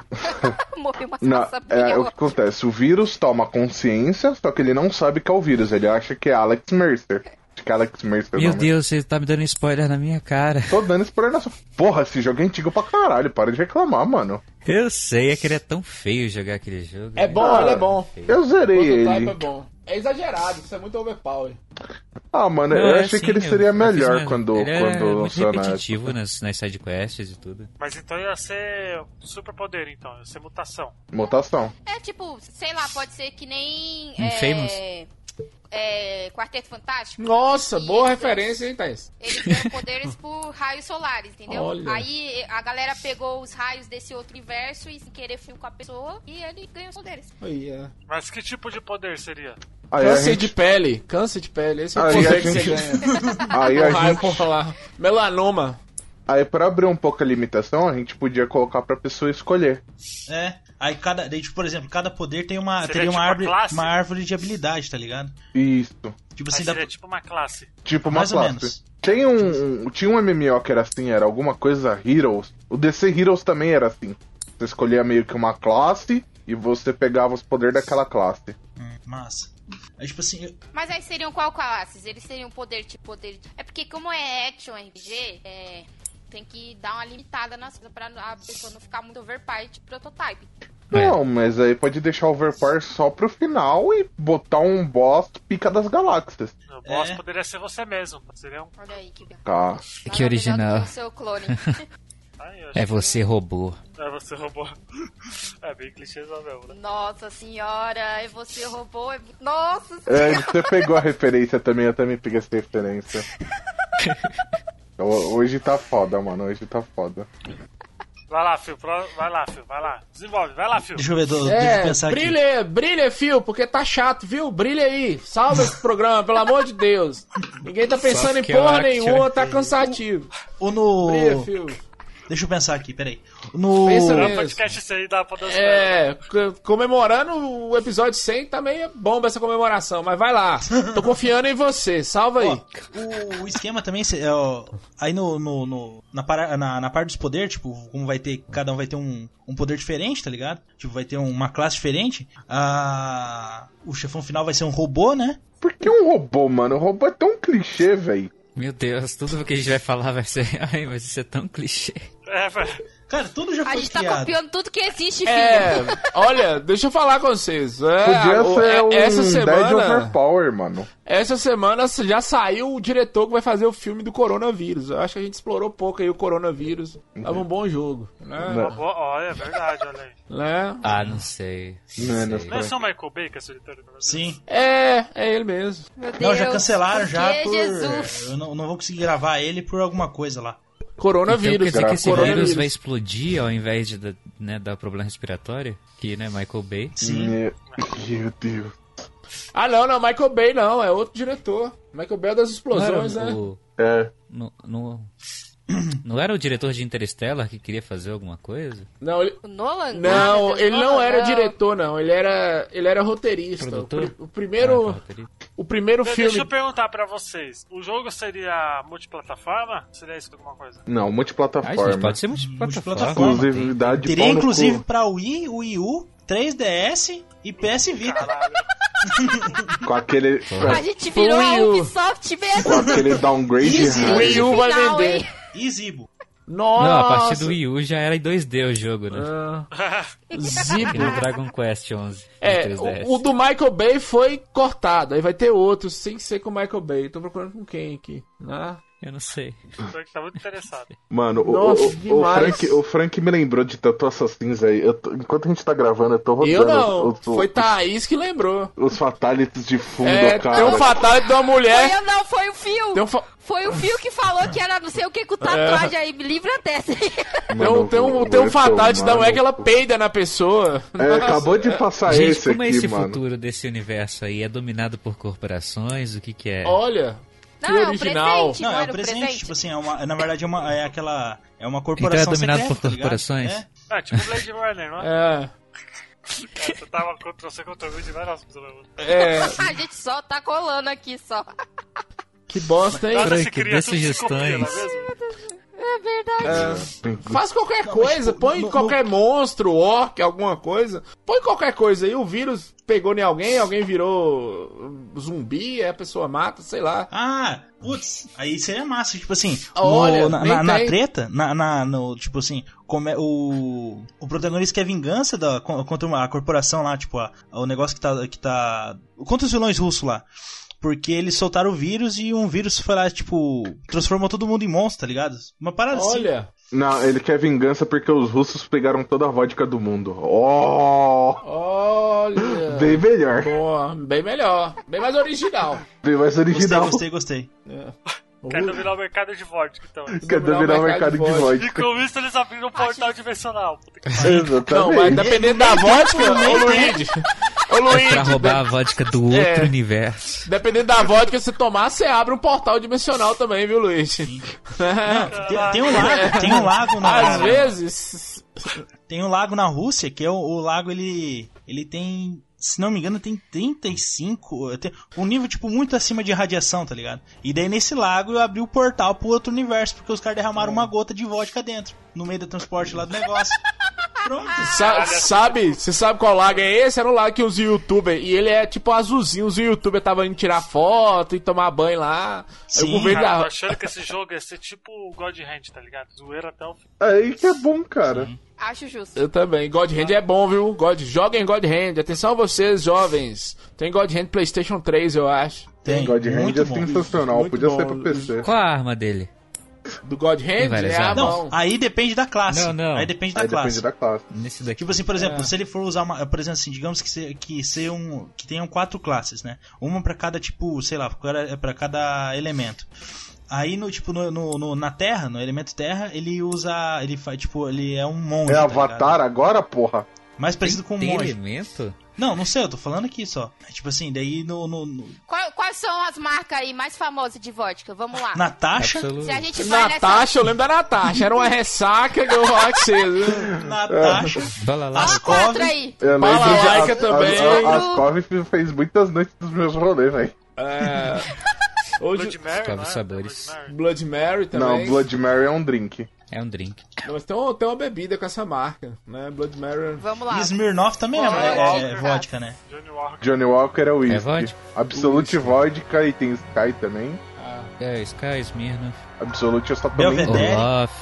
morreu uma
Não,
criança
é o
pior.
que acontece. O vírus toma consciência, só que ele não sabe que é o vírus. Ele acha que é Alex Mercer. Acho que é Alex Mercer.
Meu
não,
Deus, você tá me dando spoiler na minha cara.
mas Tô dando spoiler nessa. Porra, esse jogo é antigo pra caralho. Para de reclamar, mano.
Eu sei, é que ele é tão feio jogar aquele jogo. né?
É
né?
bom,
Cara,
ele é bom.
Eu zerei
Prototype
ele.
é bom. É exagerado, isso é muito overpower.
Ah, mano,
Não,
eu
é
achei
assim,
que ele
eu-
seria
eu fiz
melhor
uma-
quando,
ele
quando
é muito
lançou né, na
repetitivo nas, nas sidequests e tudo.
Mas então ia ser superpoder, então. Ia ser mutação.
mutação.
É tipo, sei lá, pode ser que nem.
Infamous?
É, é, Quarteto Fantástico.
Nossa, boa
Isso.
referência, hein, Thaís?
Eles ganham poderes por raios solares, entendeu?
Olha.
Aí eh, a galera pegou os raios desse outro universo e sem querer fio com a pessoa e ele ganhou os poderes.
é.
Mas que tipo de poder seria?
Aí a
câncer
gente-
de pele, câncer de pele, esse é o
Aí
poder
a
que você
gente-
ganha.
Aí a
Porra, eu
gente-
vou falar. Melanoma.
Aí, pra abrir um pouco a limitação, a gente podia colocar pra pessoa escolher.
É. Aí cada, daí, tipo, por exemplo, cada poder tem uma,
Seria
teria uma,
tipo a
árvore,
classe?
uma árvore de habilidade, tá ligado?
Isso.
Tipo
Aí
assim, dá
seria tipo uma classe.
Tipo uma
Mais ou
classe.
menos.
Tem um, um- Tinha um MMO que era assim, era alguma coisa Heroes. O DC Heroes também era assim. Você escolhia meio que uma classe e você pegava os poderes daquela
É.
classe.
Hum, massa. Aí, tipo assim, eu-
Mas aí seriam qual classes? Eles seriam poder tipo poder. É porque como é action RPG, é, tem que dar uma limitada nas coisas pra a pessoa não ficar muito overpowered prototype.
Não, mas aí pode deixar o Overpower só pro final e botar um boss pica das galáxias.
O boss poderia ser você mesmo. Seria um...
Olha aí que
Tá.
É Que original.
o seu clone.
É você robô.
É, você roubou. É bem clichêzão mesmo, né?
Nossa senhora, e você roubou. é- Nossa
É,
senhora.
você pegou a referência também, eu também peguei essa referência. Ho- Hoje tá foda, mano. Hoje tá foda.
Vai lá, Phil. pro- Vai lá, Phil. Vai lá. Desenvolve. Vai lá, Phil.
Deixa eu ver, eu
É,
devo pensar aqui.
brilha, brilha, Fio, porque tá chato, viu? Brilha aí. Salva esse programa, pelo amor de Deus. Ninguém tá pensando em
que
porra
action
nenhuma, tá cansativo.
O no.
Brilha, Fio.
Deixa eu pensar aqui, peraí. No.
Pensa
Será um
nisso.
podcast isso aí, dá pra dançar.
É, c- comemorando o episódio 100 também é bomba essa comemoração, mas vai lá. Tô confiando em você, salva aí.
O esquema também se- é, ó, aí no, no- no- na, para- na, na parte dos poderes, tipo, como vai ter, cada um vai ter um, um poder diferente, tá ligado? Tipo, vai ter uma classe diferente. Ah, o chefão final vai ser um robô, né?
Por que um robô, mano? O robô é tão clichê, velho.
Meu Deus, tudo o que a gente vai falar vai ser. Ai, mas isso é tão clichê.
É, velho.
Cara, tudo já
A
foi
gente tá
criado.
copiando tudo que existe, filho.
É, olha, deixa eu falar com vocês. É,
Podia
o-
ser
é-
um
essa
Dead
semana,
Overpower, mano.
essa semana já saiu o diretor que vai fazer o filme do coronavírus. Eu acho que a gente explorou pouco aí o coronavírus. Tava um bom jogo, né?
Ah,
Uma boa- Olha, é verdade, olha aí.
Né?
Ah, não sei.
Não, não
Não é só o Michael Bay que é solitário?
Sim.
É, é ele mesmo.
Não, já cancelaram já
que
por.
Jesus?
Eu não, não vou conseguir gravar ele por alguma coisa lá.
Então quer
Coronavírus,
dizer que
cara.
esse vírus
Coronavírus.
vai explodir ao invés de da- né, dar problema respiratório? Que, né, Michael Bay.
Meu, meu Deus.
Ah, não, não, Michael Bay não, é outro diretor. Michael Bay é das explosões,
Não era
né?
o-
É.
No, no- não era o diretor de Interstellar que queria fazer alguma coisa?
Não, ele,
O Nolan? Ah, meu
não,
Deus,
ele não
Nolan,
era diretor, não. Ele era, ele era roteirista.
Produtor?
O, pri- o primeiro,
Ah, tá, roteirista.
o primeiro
Deixa
filme.
eu perguntar pra vocês. O jogo seria multiplataforma? Seria isso alguma coisa?
Não,
Ah,
multiplataforma.
gente, pode ser
Tá,
multiplataforma.
Multiplataforma.
Exclusividade
Teria
pau no
inclusive
cu.
pra Wii, Wii U, 3DS e PS Vita.
Com aquele,
A gente virou a
Wii U.
Ubisoft mesmo.
com aquele downgrade
Easy.
O
errado.
Wii U vai
Final,
vender.
hein?
e Zibo.
Nossa!
Não, a partir do Wii U já era em 2D o jogo, né?
Ah,
Que
Zibo.
no Dragon Quest 11. no
É,
3DS.
o, o do Michael Bay foi cortado. Aí vai ter outro, sem ser com o Michael Bay. Tô procurando com quem aqui? Ah,
Eu não sei.
Tô tá muito interessado.
Mano, o-
Nossa,
o, o,
demais.
Frank, o Frank me lembrou de Tatu Assassins aí. Eu tô- enquanto a gente tá gravando, eu tô rodando
eu não.
os, os,
Foi Thaís que lembrou.
os fatalities de fundo,
é,
cara.
tem um fatality de uma
Foi
mulher.
eu não, foi o Fio.
Tem um, fa-
Foi o Fio que falou que era não sei o que
É.
com tatuagem aí. Me livra dessa.
tem um, tem um, tem um fatality da mulher que ela peida na pessoa.
É, acabou de passar
Gente,
esse
como
aqui,
é esse
mano.
futuro desse universo aí? É dominado por corporações? O que que é?
Olha,
Não, é um
original.
presente.
Não,
Não,
é um
era um
presente,
presente.
tipo assim, é uma, na verdade é uma é aquela é
Então
uma
é
corporação
dominado
secreta,
por
tá ligado?
corporações?
É.
É, tipo Blade Runner, não é?
é.
Cara, tu tava contra você contra mim de várias né? pessoas.
É,
A gente só tá colando aqui só.
que bosta, hein?
Nossa,
Frank,
essa criança
dê
se copia, não é
sugestões.
mesmo?
É verdade.
tá Faz qualquer
tipo,
coisa, põe qualquer monstro, orc, alguma coisa. Põe qualquer coisa aí, o vírus pegou em alguém, alguém virou uh, zumbi, aí a pessoa mata, sei lá.
Ah, putz, aí seria massa, tipo assim, no-
Olha,
na,
nem
na- na
tem.
treta, na, na- no, tipo assim, como é- o, o protagonista quer vingança da, con- contra uma- a corporação lá, tipo, a- o negócio que tá, que tá. Contra os vilões russos lá. Porque eles soltaram o vírus e um vírus foi lá, tipo, transformou todo mundo em monstro, tá ligado? Uma
Ah,
parada assim.
Olha,
Não, ele quer vingança porque os russos pegaram toda a vodka do mundo. Oh!
olha.
Bem melhor.
Boa, bem melhor, bem mais original.
Bem mais
Gostei,
original.
gostei, gostei.
Quer
Uh.
dominar o mercado de vodka, então.
Quer dominar o mercado de
E
vodka.
com isso eles abriram um portal dimensional. Puta que pariu.
Tá
Exatamente.
Não, mas dependendo da vodka, ô Luigi. Ô
É pra
Luigi,
roubar a vodka do outro
né? É.
universo.
dependendo da vodka que você tomar, você abre um portal dimensional também, viu, Luigi?
é.
Tem, tem um lago, tem um lago na.
Às vezes,
Tem um lago na Rússia, que é o, o lago, ele. ele tem. Se não me engano, tem 35. Tem um nível, tipo, muito acima de radiação, tá ligado? E daí nesse lago eu abri o portal pro outro universo, porque os caras derramaram uma gota de vodka dentro, no meio do transporte lá do negócio. Pronto.
Sa- sabe? Você sabe qual lago é esse? Era um lago que os youtubers. E ele é tipo azulzinho. Os youtubers estavam indo tirar foto e tomar banho lá. Aí o governo
cara,
da-
tô achando que esse jogo ia ser tipo o God Hand, tá ligado? Zoeira até o fim.
Aí que é bom, cara.
Acho justo.
Eu também. God Hand é bom, viu? God... Joguem God Hand. Atenção a vocês, jovens. Tem God Hand PlayStation 3, eu acho.
Tem.
God Hand é sensacional.
Muito
Podia ser
bom. é
pra PC.
Qual a arma dele?
Do God
Tem
Hand
várias
é a
armas.
mão.
Aí depende da classe.
Não, não.
Aí depende da
Aí
classe.
depende da classe.
Nesse daqui.
Tipo assim, por exemplo,
É.
se ele for usar uma. Por exemplo, assim, digamos que, se, que, se um, que tenham quatro classes, né? Uma pra cada, tipo, sei lá, pra pra cada elemento. Aí no, tipo, no, no- no- na Terra, no elemento Terra, ele usa. Ele faz, tipo, ele é um monge.
É
tá
Avatar
ligado?
agora, porra?
Mais parecido com um
Tem
monge.
elemento?
Não, não sei, eu tô falando aqui só. É, tipo assim, daí no. no, no
Qual- quais são as marcas aí mais famosas de vodka? Vamos lá.
Natasha.
Absoluto.
Se a gente vai
Natasha, eu lembro da Natasha. Era uma ressaca que eu vou falar com vocês. viu?
Natasha.
Fala lá.
Ah,
nessa... Ó, quatro aí.
Eu lembro
Balalaika
que a-
também.
A, a, a Ascov fez muitas noites dos meus rolês, velho.
É... Hoje,
Blood Mary,
Descobre
não é?
sabores.
Blood Mary.
Blood Mary também.
Não, Blood Mary é um drink.
É um drink.
Não, Mas tem, um- tem uma bebida com essa marca, né? Blood Mary.
Vamos lá.
E Smirnoff também é, é, é
Vodka.
vodka, né?
Johnny Walker.
Johnny Walker é whisky.
É vodka?
Absolute Vodka e tem Sky também.
É, Sky, Smirnoff,
Absolute eu só
é
também.
Belvedere.
Olaf,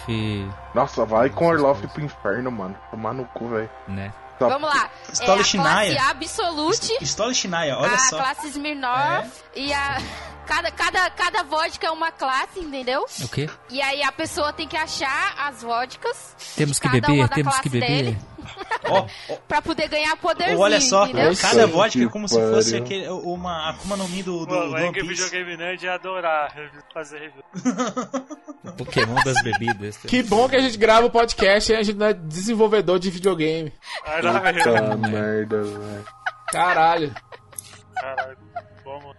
Nossa, vai com Orloff pro inferno, mano. Tomar no cu, velho.
né?
Tá.
Vamos lá.
Stola
é a classe
Shinaya.
Absolute,
Stola Shinaya, olha
a
só. É.
classe Smirnoff e a... Cada, cada, cada vodka é uma classe, entendeu?
O quê?
E aí a pessoa tem que achar as vodkas
Temos que
Cada uma
beber,
da
temos que
classe
beber.
dele.
Ó,
pra poder ganhar poderzinho,
Ou olha só,
entendeu?
Isso
cada
aí,
vodka é
que
como se fosse
pariu.
aquele, uma Akuma no Mi do, do,
Mano,
do
aí
One
que o
Piece.
videogame nerd ia adorar review- fazer review.
Pokémon das bebidas.
Que bom que a gente grava o podcast e a gente não é desenvolvedor de videogame.
Aí dá review.
Tá merda, velho.
Caralho.
Caralho, bom.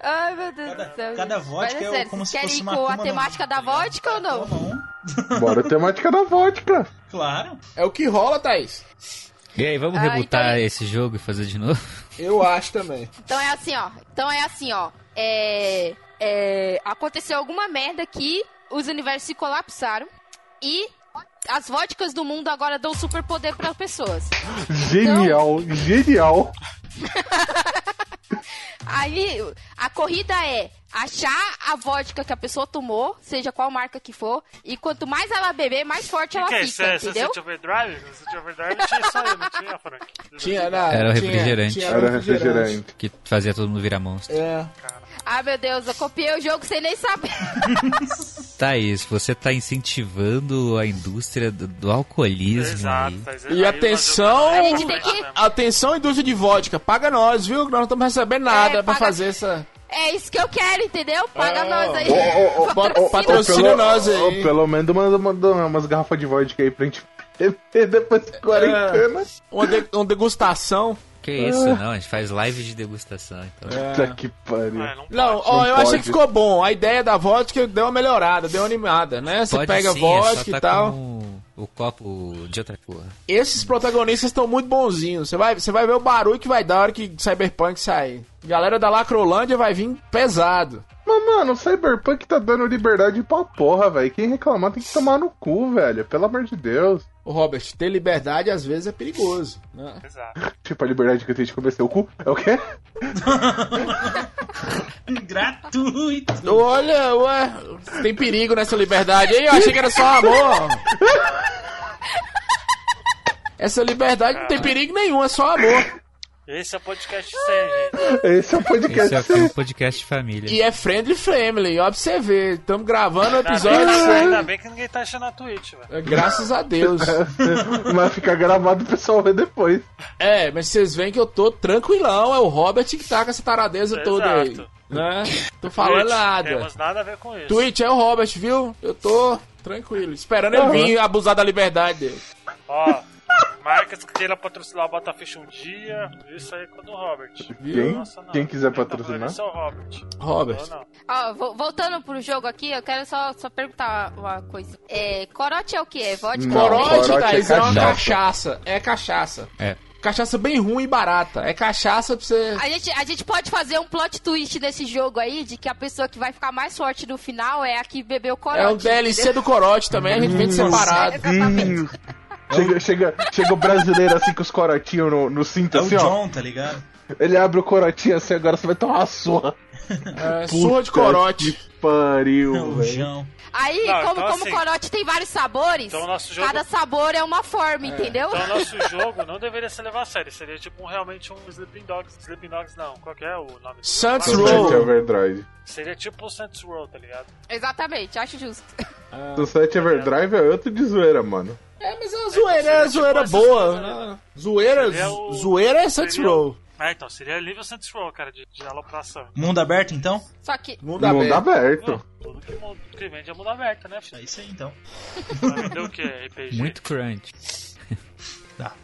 Ai, meu Deus do céu.
Cada
gente.
vodka
Mas
é
Então, sério,
como
vocês
se fosse
querem
uma
com
Akuma
a
no
temática
Mi,
da
tá ligado?
vodka ou não?
Ou não?
Bora a temática da vodka.
Claro.
É o que rola, Thaís.
E aí, vamos
Ah,
rebutar
então-
esse jogo e fazer de novo?
Eu acho também.
Então é assim, ó. Então é assim, ó. É, é, aconteceu alguma merda que os universos se colapsaram e as vodkas do mundo agora dão superpoder para pessoas.
Genial, genial.
Aí a corrida é achar a vodka que a pessoa tomou, seja qual marca que for, e quanto mais ela beber, mais forte
O
ela
que é isso?
fica,
É
entendeu?
Sunset Overdrive? Sunset Overdrive não tinha isso aí, não tinha, Frank?
Tinha, né? não,
Era o
tinha-
refrigerante.
tinha
Era refrigerante.
Que fazia todo mundo virar monstro.
É.
Ah, meu Deus, eu copiei o jogo sem nem saber.
Thaís, você tá incentivando a indústria do, do alcoolismo
Exato,
aí.
tá dizendo
Uhum. E
aí,
atenção,
A gente tem que-
né?
atenção indústria de vodka, paga nós, viu? Que nós não estamos recebendo nada
É,
pra
paga-
fazer essa...
É isso que eu quero, entendeu? Paga
Ah,
nós aí.
ô,
ô, ô, ô,
Patrocina.
patrocina
Pelo-
nós aí.
ô, pelo menos manda, manda umas garrafas de vodka aí pra gente beber depois de quarentena.
Uma, de- uma degustação.
Que
Ah.
isso, não? A gente faz live de degustação. Então.
É.
Puta que pariu.
Ah, não pode.
Não, ó, eu
pode.
achei que ficou bom. A ideia da vodka deu uma melhorada, deu uma animada, né? Você
Pode
pega
sim, é só
vodka
tá
e tal.
com o copo de outra cor.
Esses protagonistas estão muito bonzinhos. Você vai, você vai ver o barulho que vai dar a hora que Cyberpunk sair. Galera da Lacrolândia vai vir pesado.
Mas, mano, o Cyberpunk tá dando liberdade pra porra, velho. Quem reclamar tem que tomar no cu, velho. Pelo amor de Deus.
Ô, Robert, ter liberdade às vezes é perigoso. né?
Exato.
Tipo, a liberdade que eu tenho de comer seu cu é o quê?
Gratuito.
Olha, ué, tem perigo nessa liberdade. Ei, eu achei que era só amor. Essa liberdade não tem perigo nenhum, é só amor.
Esse é o podcast 100, gente.
Esse é o podcast.
Esse aqui é um podcast de família.
E é friendly family, ó pra você ver. Estamos gravando o
Ainda bem,
episódio.
que- ainda bem que ninguém tá achando a Twitch, velho.
Graças a Deus.
Vai ficar gravado o pessoal ver depois.
É, mas vocês veem que eu tô tranquilão, é o Robert que tá com essa taradeza toda aí.
Exato.
Né? Tô falando
Twitch, é
nada.
Temos nada a ver com isso.
Twitch é o Robert, viu? Eu tô tranquilo, esperando ele vir abusar da liberdade dele.
Ó, Marcas que queiram patrocinar o Botafish um dia, isso aí quando o Robert.
Quem,
Nossa, não.
quem quiser
Não,
patrocinar.
esse é o Robert.
Robert.
Não, não.
Ó, vo- voltando pro jogo aqui, eu quero só, só perguntar uma coisa. É, corote é o que? É vodka?
Não,
Corote,
corote
Thaís,
é
é, uma
cachaça.
cachaça. É cachaça.
É.
Cachaça bem ruim e barata. É cachaça pra você.
A gente, a gente pode fazer um plot twist nesse jogo aí, de que a pessoa que vai ficar mais forte no final é a que bebeu corote.
É um DLC do corote também, a gente vende separado.
Hum. Chega, chega, chega o brasileiro assim com os corotinhos no, no cinto,
É o
assim, ó.
John, tá ligado?
Ele abre o corotinho assim, agora você vai tomar uma surra. Puta
É, surra de corote.
Que pariu,
É O
velho.
João.
Aí,
Não,
como,
então
como
assim-
corote tem vários sabores,
Então o nosso jogo-
cada sabor é uma forma, entendeu?
Então o nosso jogo não deveria ser levado a sério, seria tipo um- realmente um Sleeping Dogs. Sleeping Dogs não, qual que é o nome? do-
Saints
Mas-
Row.
Sunset é Overdrive.
Seria tipo um Saints Row, tá ligado?
Exatamente, acho justo.
Sunset Overdrive é outro de zoeira, mano.
É, mas é uma zoeira, é uma zoeira boa. né? Zoeira,
tipo Seria o-
zoeira é Saints
seria-
Row.
É, então, seria nível Saints Row, cara, de, de alopração.
Mundo aberto, então?
Só que.
Mundo
Mundo
aberto.
aberto.
Tudo que, mu- que vende é mundo aberto, né, filho?
É isso aí, então.
Vai vender o que? RPG?
Muito crunch.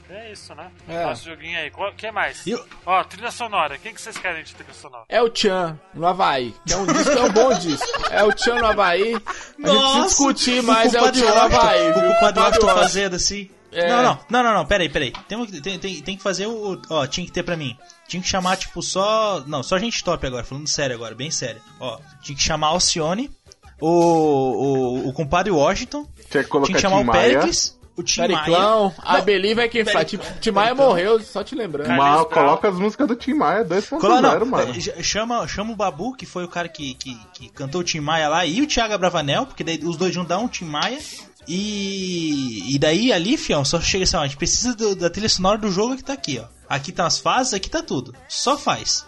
É isso, né?
É.
Nosso joguinho aí. O que mais?
E o-
Ó, trilha sonora. Quem que vocês querem de trilha sonora?
É o Chan no Havaí. Que é um disco, é um bom disco. É o Chan no Havaí. A gente
Nossa,
precisa discutir, mas
o
é o Chan no Havaí. viu?
O Padua tá
Padua.
fazendo assim.
É.
Não, não, não, não, não, peraí, peraí. Tem, um que- tem, tem, tem que fazer o. Ó, tinha que ter pra mim. Tinha que chamar, tipo, só. Não, só gente top agora, falando sério agora, bem sério. Ó, tinha que chamar Alcione, o, o, o compadre Washington,
Tinha que
tinha
colocar
que chamar
Tim
o
Maia,
Pericles, o Tim Maia.
Periclão, a Believe é quem faz. Tim Tim Maia morreu, só te lembrando.
Carlinhos
Mal,
Brown.
coloca as músicas do Tim Maia
Colar,
2.0,
não,
mano.
eh, chama, chama o Babu, que foi o cara que, que, que cantou o Tim Maia lá, e o Thiago Bravanel, porque daí os dois juntos dá um Tim Maia. E, e daí ali, fião, só chega assim, ó, a gente precisa do- da trilha sonora do jogo que tá aqui, ó. Aqui tá as fases, aqui tá tudo. Só faz.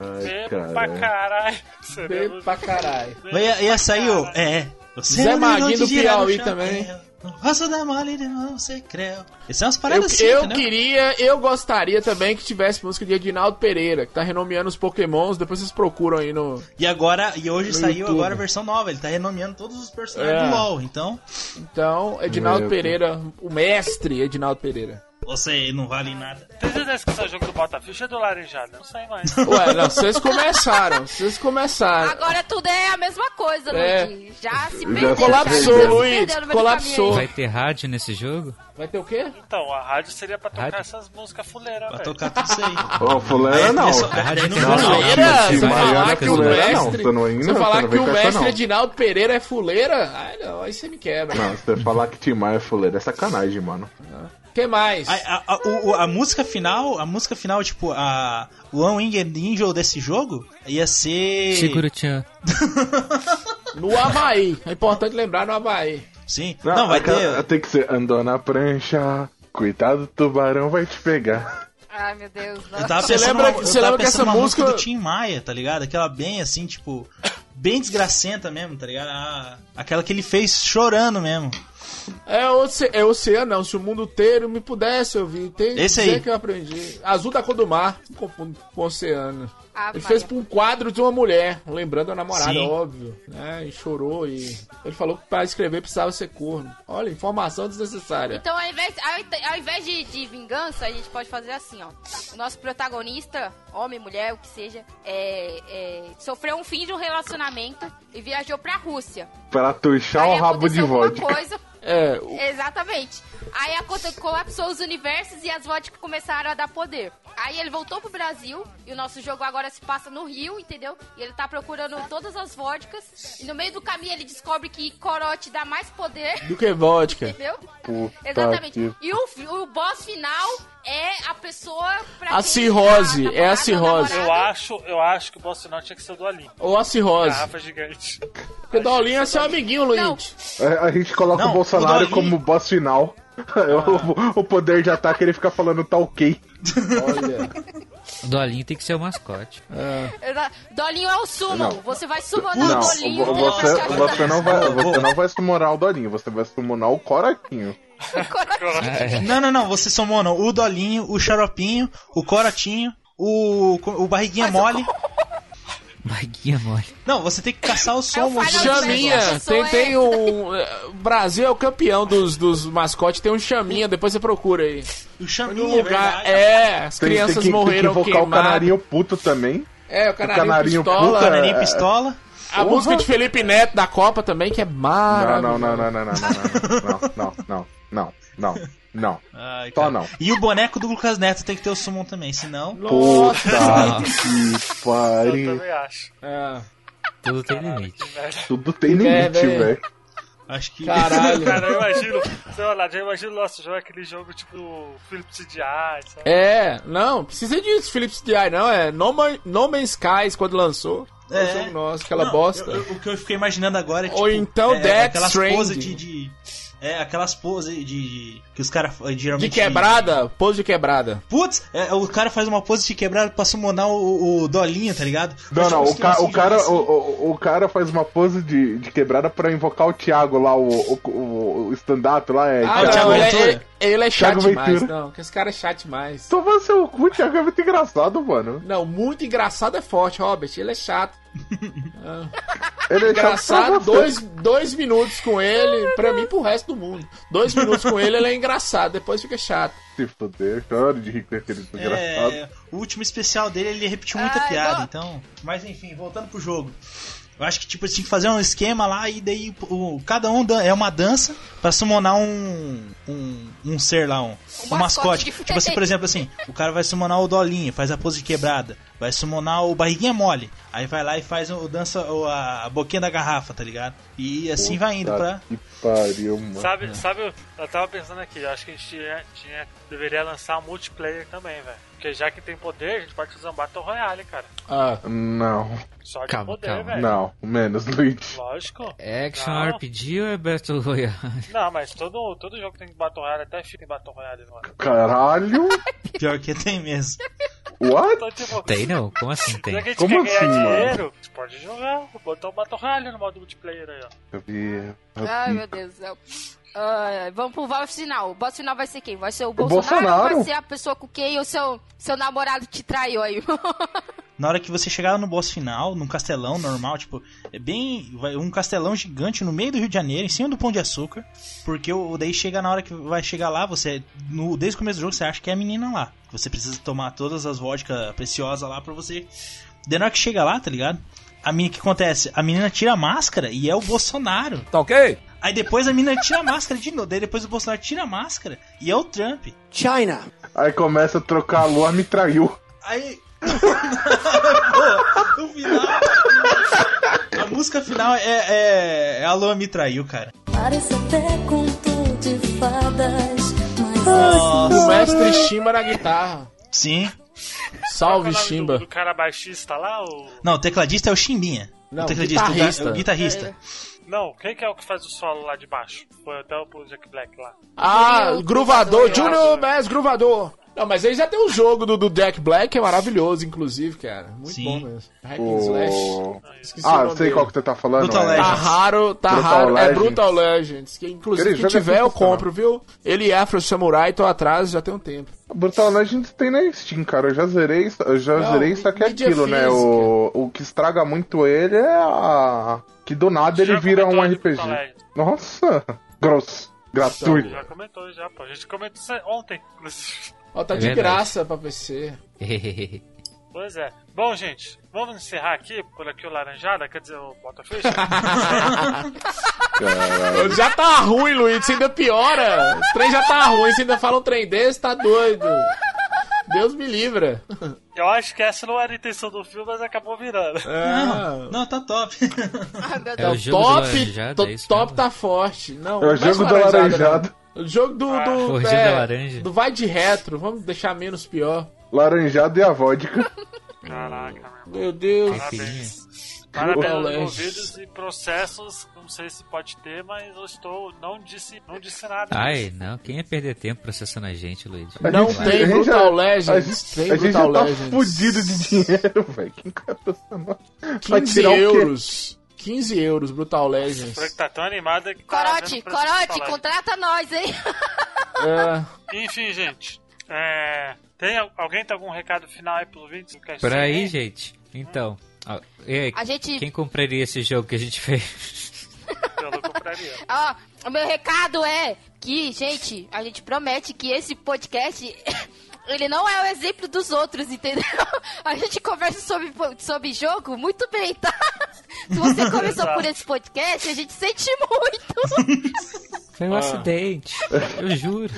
Ai,
Bem
É,
cara.
pra caralho. Você
Bem
mesmo-
pra caralho.
bem
Vai,
pra
e essa aí, ó,
caralho.
é. Você
Zé
não
Maguinho
virou de
do
girar no
Piauí
chapéu,
também.
No rosto da mala ele não se creu. Essas são as
Eu,
paradas assim,
eu
entendeu?
queria, eu gostaria também que tivesse música de Edinaldo Pereira, que tá renomeando os pokémons, depois vocês procuram aí no...
E agora, e hoje
No
saiu
YouTube.
agora a versão nova, ele tá renomeando todos os personagens
É.
do LoL, então...
Então, Edinaldo
Meu
Pereira, o mestre Edinaldo Pereira.
Você não vale nada.
Tem certeza que esse é o jogo do Botafish é do Laranjada? Não sei mais.
Ué, não, vocês começaram, vocês começaram.
Agora tudo é a mesma coisa,
Ah. É.
Luigi. Já se perdeu.
colapsou,
já se
Luigi,
perdeu no meio do
colapsou.
caminho
Vai ter rádio nesse jogo?
Vai ter o quê?
Então, a rádio seria pra tocar
Rádio?
essas músicas fuleiras,
Pra
velho.
tocar tudo isso aí.
Ô, fulano não.
Essa-
Rádio
daí não
tem
vou, não.
rádio.
Fuleira?
Tim
Você
Maia
falar
não,
que
tá
o
zoando.
mestre...
Não, você não- ainda
você
não, você
falar
não
que
vem
o
com essa,
mestre
não.
Edinaldo Pereira é fuleira? Ai, não, aí você me quebra.
Não, você falar que Tim Maia é fuleiro é sacanagem, mano.
que mais?
A, a, a- o- o- a música final, a música final, tipo, a o One Winged Angel desse jogo ia ser.
Segura o Tchan.
No Havaí. É importante lembrar no Havaí.
Sim. Não,
Não,
é
vai
aquela-
ter.
Tem que ser andou na prancha, cuidado, tubarão vai te pegar.
Ai, meu Deus.
Eu
Não.
tava
Você
pensando,
lembra-
eu
você
tava
lembra que
pensando
essa
numa música do
música-
Tim Maia, tá ligado? Aquela bem assim, tipo, bem desgracenta mesmo, tá ligado? A- aquela que ele fez chorando mesmo.
É, oce... é oceano, não. Se o mundo inteiro me pudesse ouvir. Tem
Esse
dizer
aí.
que eu aprendi. Azul da cor do mar. Não confundo com oceano.
Ah,
Ele
Maria.
fez pra um quadro de uma mulher, lembrando a namorada,
Sim.
óbvio. Né? E chorou e. Ele falou que pra escrever precisava ser corno. Olha, informação desnecessária.
Então, ao invés, ao, ao invés de, de vingança, a gente pode fazer assim, ó. O nosso protagonista, homem, mulher, o que seja, é, é, sofreu um fim de um relacionamento e viajou pra Rússia.
Pra tuchar é o
Aí
rabo de
aconteceu alguma
vodka.
coisa-
É, o-
Exatamente. Aí aconte- colapsou os universos e as vodkas começaram a dar poder. Aí ele voltou pro Brasil e o nosso jogo agora se passa no Rio, entendeu? E ele tá procurando todas as vodkas. E no meio do caminho ele descobre que corote dá mais poder,
do que vodka.
entendeu?
Puta
Exatamente.
que-
E o, fi- o boss final é a pessoa pra
A
quem
cirrose,
tá
é a
namorada,
cirrose.
namorada.
Eu acho, eu acho que o boss final tinha que ser o do Olimpo.
Ou a cirrose.
Garrafa gigante.
Porque Dolinho é seu amiguinho, Luiz.
Ah, Não.
É, A, a gente coloca
Não,
o Bolsonaro
o Dolinho- Ah.
como boss final. O, o poder de ataque ele fica falando tá ok.
Olha.
Dolinho tem que ser o mascote.
Exa- Dolinho é o súmulo.
Não.
Você vai sumando
Não,
o
vo-
Dolinho.
você,
entendeu? Pra te
você não vai, você não vai sumonar o Dolinho, você vai sumonar o Coraquinho.
ajudar.
Não, não, não, você somou não. O Dolinho, o Xaropinho, o Corotinho, o, o Barriguinha Mole.
Vaguinha mole.
Não, você tem que caçar o som.
Como chaminha. Tem, tem um. é, O Brasil é o campeão dos, dos mascotes. Tem um chaminha, depois você procura aí.
O
chaminha. um lugar, é, as
Tem-
crianças
tem que,
morreram
Tem que invocar o
queimadas.
canarinho puto também.
É, o canarinho, pistola. né?
puto,
né,
é-
A
Porra.
música de Felipe Neto da Copa também, que é
Não,
maravilhosa.
não, não, não, não, não, não, não, não, não, não, não, não.
Ai,
Só não.
E o boneco do Lucas Neto tem que ter o summon também, senão.
Puta que pariu.
acho.
É.
Tudo tem limite.
Tudo tem limite,
velho.
velho.
Acho que.
Cara, eu imagino, sei lá, eu imagino o nosso jogo, aquele jogo tipo do Philips CDI, sabe?
É, não, precisa disso, Philips DI, não. É No, Man- no Man's Skies, quando lançou. É.
É.
o jogo nosso, aquela
Não,
bosta.
eu- eu- o que eu fiquei imaginando agora é tipo.
Ou então
é,
Death
aquelas
Stranding.
poses de, de- É, aquelas poses de. de- que os caras eh,
De
geralmente.
quebrada, pose de quebrada.
Putz, é, o cara faz uma pose de quebrada pra summonar o, o Dolinha, tá ligado?
Não,
Mas
não,
tipo,
o,
se
ca-
você
o cara,
joga
o,
assim-
o, o cara faz uma pose de, de quebrada pra invocar o Thiago lá, o, o, o, o stand-up lá. É,
Ah,
Thiago
não, ele, é-
Ventura.
ele, ele é chato
Thiago
demais,
Ventura.
não. Que esse cara é chato demais.
Toma seu cu, o Thiago é muito engraçado, mano.
Não, muito engraçado é forte, Robert. Ele é chato.
Ele é
engraçado,
chato pra você.
dois, dois minutos com ele, pra mim e pro resto do mundo. Dois minutos com ele, ele é engraçado, depois fica chato.
Se fuder, choro de rico daquele desgraçado.
É, o último especial dele, ele repetiu muita piada, então. Mas enfim, voltando pro jogo. Eu acho que tipo, eles tinham que fazer um esquema lá e daí o, cada um dan- é uma dança pra summonar um. um, um ser lá, um, um
mascote
mascote.
diferente.
Tipo assim, por exemplo, assim, o cara vai summonar o Dolinha, faz a pose de quebrada, vai summonar o barriguinha mole, aí vai lá e faz o dança o- a, a boquinha da garrafa, tá ligado? E assim vai indo
Puta
pra.
Que pariu, mano.
Sabe,
É.
sabe, eu tava pensando aqui, eu acho que a gente tinha, tinha- deveria lançar um multiplayer também, velho. Porque já que tem poder, a gente pode fazer um Battle Royale, cara.
Ah.
Não.
Só de
Calma,
poder,
calma.
velho.
Não, menos, Luigi.
Lógico.
É Action
Não.
RPG ou é Battle Royale?
Não, mas todo, todo jogo tem Battle Royale, até filme tem Battle Royale, mano.
Caralho?
Pior que tem mesmo.
What?
Então, tipo,
Tem não? Como assim tem?
já que a gente
Como
quer ganhar
assim, mano?
dinheiro, a gente pode jogar, vou botar um Battle Royale no modo multiplayer aí, ó.
Eu vi.
Ai, meu Deus do céu. Ah, vamos pro voto final. O voto final vai ser quem? Vai ser o Bolsonaro?
Bolsonaro.
ou Vai ser a pessoa com quem o seu, seu namorado te traiu aí?
Na hora que você chegar no boss final, num castelão normal, tipo, é bem. vai- Um castelão gigante no meio do Rio de Janeiro, em cima do Pão de Açúcar. Porque o daí chega na hora que vai chegar lá, você. No, desde o começo do jogo você acha que é a menina lá. Você precisa tomar todas as vodkas preciosas lá pra você. Daí na hora que chega lá, tá ligado? A menina, o que acontece? A menina tira a máscara e é o Bolsonaro.
Tá ok?
Aí depois a menina tira a máscara de novo. Daí depois o Bolsonaro tira a máscara e é o Trump.
China.
Aí começa a trocar a lua, me traiu.
Aí. Pô, no final. A música final é, é, é A Lua Me Traiu, cara.
Parece até conto de fadas, mas
O mestre Shimba na guitarra.
Sim.
Qual é o nome
Salve,
Do,
Shimba.
do cara baixista lá, o...
Não, o tecladista é o Chimbinha.
Não,
o tecladista, o ga-
guitarrista.
O, guitarrista.
Não, quem que é o que faz o solo lá de baixo? Foi até o pro Jack Black lá.
Ah, Gruvador, Junior Bass Gruvador. Não, mas aí já tem o jogo do, do Jack Black, que é maravilhoso, inclusive, cara. Muito
Sim.
bom mesmo. Hack and Slash.
O...
Esqueci o
Ah,
nome
eu sei
dele.
qual que você tá falando.
Brutal
é.
Tá
Legends.
raro, tá
Brutal
raro. É
Legends.
Brutal Legends. Que, inclusive,
Aquele
quem
jogo é
tiver eu
sensacional.
compro, viu? Ele e Afro Samurai tô atrás já tem um tempo.
Ah, Brutal Legends tem na Steam, cara. Eu já zerei, eu já
Não,
zerei só que é
mídia
aquilo, né?
física.
O, o que estraga muito ele é a... que do nada ele
Já
vira um
comentou de Brutal
RPG.
Legends.
Nossa, grosso, gratuito.
Já comentou, já, pô. A gente comentou isso ontem, inclusive.
Ó, tá
É
de
verdade.
graça pra PC.
Pois é. Bom, gente, vamos encerrar aqui, por aqui o Laranjada, quer dizer, o Botafish.
já tá ruim, Luiz, você ainda piora. O trem já tá ruim, você ainda fala um trem desse, tá doido. Deus me livra.
Eu acho que essa não era a intenção do filme, mas acabou virando.
Não, não, tá top.
É o jogo do
top,
laranjada,
to-
é isso
top
mesmo?
tá forte. Não,
É o
não
jogo
só
da
laranjada,
laranjada.
não. O jogo do.
Ah,
do,
o jogo
é,
da laranja.
do vai de retro, vamos deixar menos pior.
Laranjada e a vodka.
Caraca, meu irmão.
Meu Deus.
Parabéns. Parabéns aos
Brutal
envolvidos e processos. Não sei se pode ter, mas eu estou. Não disse, não disse nada.
Ai, não. Quem ia perder tempo processando a gente, Luigi?
A
Não
gente-
tem
a gente
Brutal
já-
Legends,
A gente,
tem
a gente já
Brutal
tá
Legends.
fudido de dinheiro, velho. Quem patrocinou? Vai
15
tirar o quê?
euros. 15 euros, Brutal Legends.
Porque tá tão animada que. tá
Corote,
vendo pra vocês
Corote,
falarem.
contrata nós, hein?
É.
Enfim, gente. É... Tem al- alguém tem algum recado final aí pros ouvintes?
Por aí, gente. Então, Ah, e aí,
A gente-
Quem compraria esse jogo que a gente fez?
Eu não compraria.
Ó, o meu recado é que, gente, a gente promete que esse podcast. Ele não é o exemplo dos outros, entendeu? A gente conversa sobre, sobre jogo muito bem, tá? Se você começou
Exato.
por esse podcast, a gente sente muito.
Foi um
Ah.
acidente, eu juro.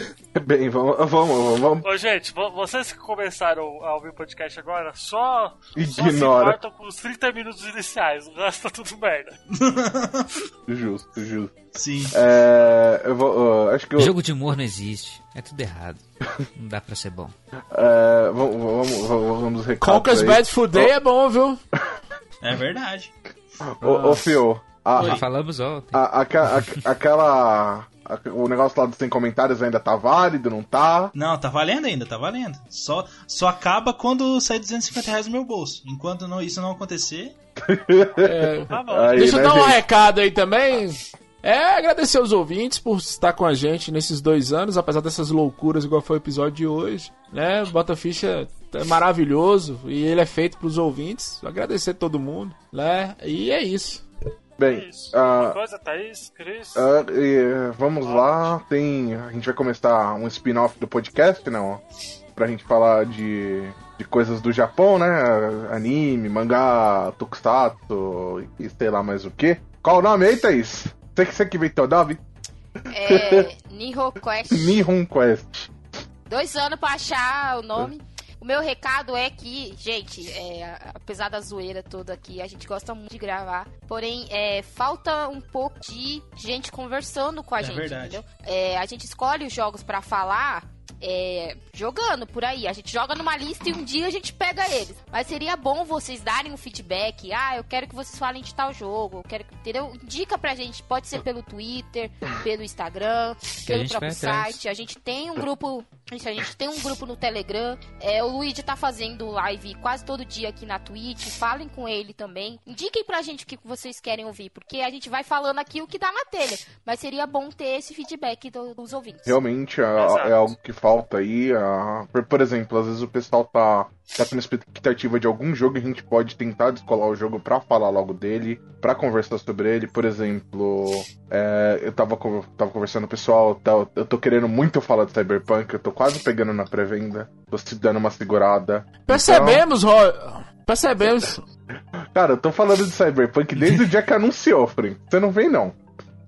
Bem, vamos, vamos, vamos.
Ô, gente, vo- vocês que começaram a ouvir o podcast agora, só, só se
Ignora.
importam com os 30 minutos iniciais, o resto tá tudo merda.
Justo, justo.
Sim.
É, eu vou, ah, acho que eu,
Jogo de humor não existe. É tudo errado. Não dá pra ser bom.
é, vamos, vamos, vamos, vamos recados
Conker's
aí.
Bad Food Day é bom, viu?
É verdade.
Ô, ô Fio, a,
Já falamos ontem.
a- aca- a- aquela. a- o negócio lá dos 100 comentários ainda tá válido, não tá?
Não, tá valendo ainda, tá valendo. Só, só acaba quando sair 250 reais do meu bolso. Enquanto não- isso não acontecer.
É.
Tá
Deixa
né,
eu dar um recado aí também. É, agradecer aos ouvintes por estar com a gente nesses dois anos, apesar dessas loucuras, igual foi o episódio de hoje. Né? Bota Ficha é maravilhoso e ele é feito pros ouvintes. Agradecer todo mundo, né? E é isso.
Bem,
Uma
ah,
coisa, Thaís, Cris.
ah, e, vamos lá. Tem, a gente vai começar um spin-off do podcast, não? Pra gente falar de, de coisas do Japão, né? Anime, mangá, tokusatsu e sei lá mais o que. Qual o nome aí, Thaís? Você que você que inventou o nome?
É. Nihon Quest.
Nihon Quest.
Dois anos pra achar o nome.
É.
O meu recado é que, gente, é, apesar da zoeira toda aqui, a gente gosta muito de gravar. Porém, é, falta um pouco de gente conversando com a
É
gente,
verdade.
entendeu? É, a gente escolhe os jogos pra falar é, jogando por aí. A gente joga numa lista e um dia a gente pega eles. Mas seria bom vocês darem um feedback. Ah, eu quero que vocês falem de tal jogo. Eu quero que, entendeu? Indica pra gente. Pode ser pelo Twitter, pelo Instagram,
a
pelo
gente né? vai
próprio
atrás.
site. A gente tem um grupo. Isso, a gente tem um grupo no Telegram. É, o Luigi tá fazendo live quase todo dia aqui na Twitch. Falem com ele também. Indiquem pra gente o que vocês querem ouvir, porque a gente vai falando aqui o que dá na telha. Mas seria bom ter esse feedback do- dos ouvintes.
Realmente é, é algo que falta aí. ah, por, por exemplo, às vezes o pessoal tá, tá com uma expectativa de algum jogo e a gente pode tentar descolar o jogo pra falar logo dele, pra conversar sobre ele. Por exemplo, é, eu tava, co- tava conversando com o pessoal, tá, eu tô querendo muito falar de Cyberpunk, eu tô quase pegando na pré-venda, tô se dando uma segurada.
Percebemos, Ro... Percebemos.
Então, cara, eu tô falando de Cyberpunk desde o dia que anunciou, Frank. Você não vem não.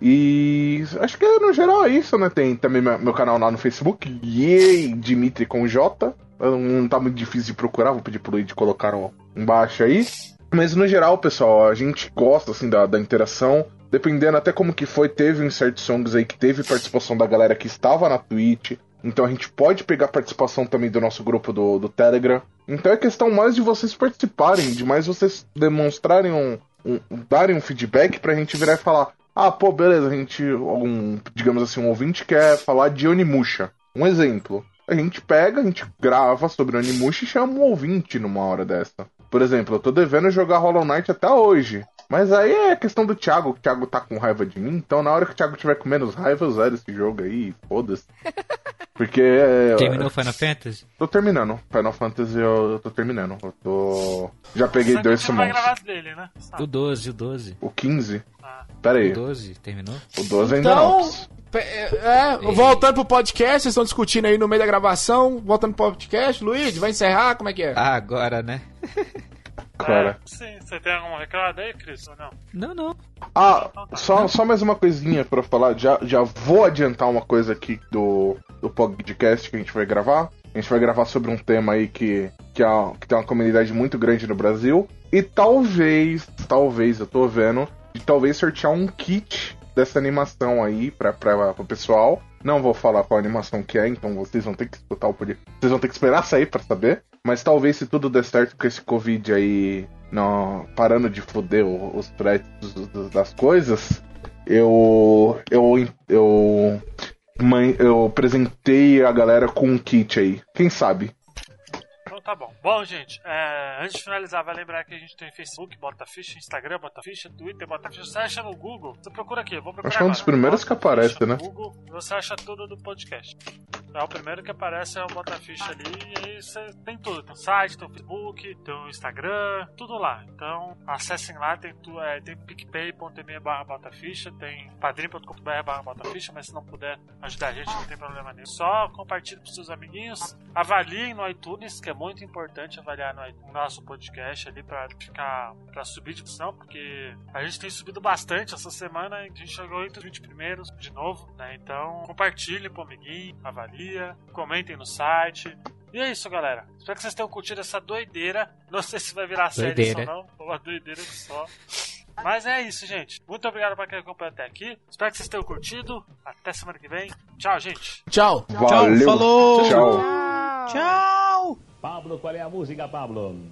E acho que no geral é isso, né? Tem também meu meu canal lá no Facebook, Yay, Dimitri com J. Não tá muito difícil de procurar, vou pedir pro Luigi colocar um- embaixo aí. Mas no geral, pessoal, a gente gosta assim da, da interação. Dependendo até como que foi, teve um certo songs aí que teve participação da galera que estava na Twitch. Então a gente pode pegar participação também do nosso grupo do, do Telegram. Então é questão mais de vocês participarem, de mais vocês demonstrarem um, um- darem um feedback pra gente virar e falar: ah, pô, beleza, a gente, um, digamos assim, um ouvinte quer falar de Onimusha. Um exemplo. A gente pega, a gente grava sobre Onimusha e chama um ouvinte numa hora dessa. Por exemplo, eu tô devendo jogar Hollow Knight até hoje. Mas aí é questão do Thiago, o Thiago tá com raiva de mim, então na hora que o Thiago tiver com menos raiva, eu zero esse jogo aí, foda-se. Porque. é,
Terminou o Final Fantasy?
Tô terminando. Final Fantasy eu, eu tô terminando. Eu tô. Já peguei
Só que
dois
a gente não vai
summons.
gravar dele, né?
O 12, o 12.
O 15? Pera aí.
O 12, terminou?
O 12 ainda
Então,
não.
pe- é, voltando pro podcast, vocês estão discutindo aí no meio da gravação. Voltando pro podcast, Luiz, vai encerrar? Como é que é?
Ah, agora, né?
Cara.
É, Sim, você tem algum recado aí, Cris? Ou não?
Não, não.
Ah, só, só mais uma coisinha pra falar. Já, já vou adiantar uma coisa aqui do, do podcast que a gente vai gravar. A gente vai gravar sobre um tema aí que, que, é- que tem uma comunidade muito grande no Brasil. E talvez, talvez, eu tô vendo, de talvez sortear um kit dessa animação aí pra, pra, pro pessoal. Não vou falar qual animação que é, então vocês vão ter que escutar o podcast. Vocês vão ter que esperar sair pra saber. Mas talvez se tudo der certo com esse Covid aí, não, parando de foder o- os prédios dos- das coisas, eu. Eu. Eu. man- eu apresentei a galera com um kit aí. Quem sabe?
Então tá bom. Bom, gente, é, antes de finalizar, vai lembrar que a gente tem Facebook, Bota Ficha, Instagram, Bota Ficha, Twitter, Bota Ficha. Você acha no Google? Você procura aqui, eu vou procurar
Acho que é um dos
agora.
primeiros que aparece, né?
Google, você acha tudo do podcast. É o primeiro que aparece é o Botaficha ali, e aí você tem tudo. Tem o site, tem o Facebook, tem o Instagram, tudo lá. Então acessem lá, tem, tu, é, tem picpay.me barra Botaficha, tem padrim.com.br barra Botaficha, mas se não puder ajudar a gente, não tem problema nenhum. Só compartilhe pros seus amiguinhos, avaliem no iTunes, que é muito importante avaliar no iTunes, o nosso podcast ali pra ficar, pra subir de posição, porque a gente tem subido bastante essa semana, a gente chegou entre os 20 primeiros de novo, né? Então compartilhe pro amiguinho, avalia, comentem no site. E é isso, galera. Espero que vocês tenham curtido essa doideira. Não sei se vai virar série isso ou
Doideira.
não, ou uma doideira só. Mas é isso, gente. Muito obrigado pra quem acompanhou até aqui. Espero que vocês tenham curtido. Até semana que vem. Tchau, gente.
Tchau.
Valeu.
falou.
Tchau.
Tchau.
Pablo, qual é a música, Pablo?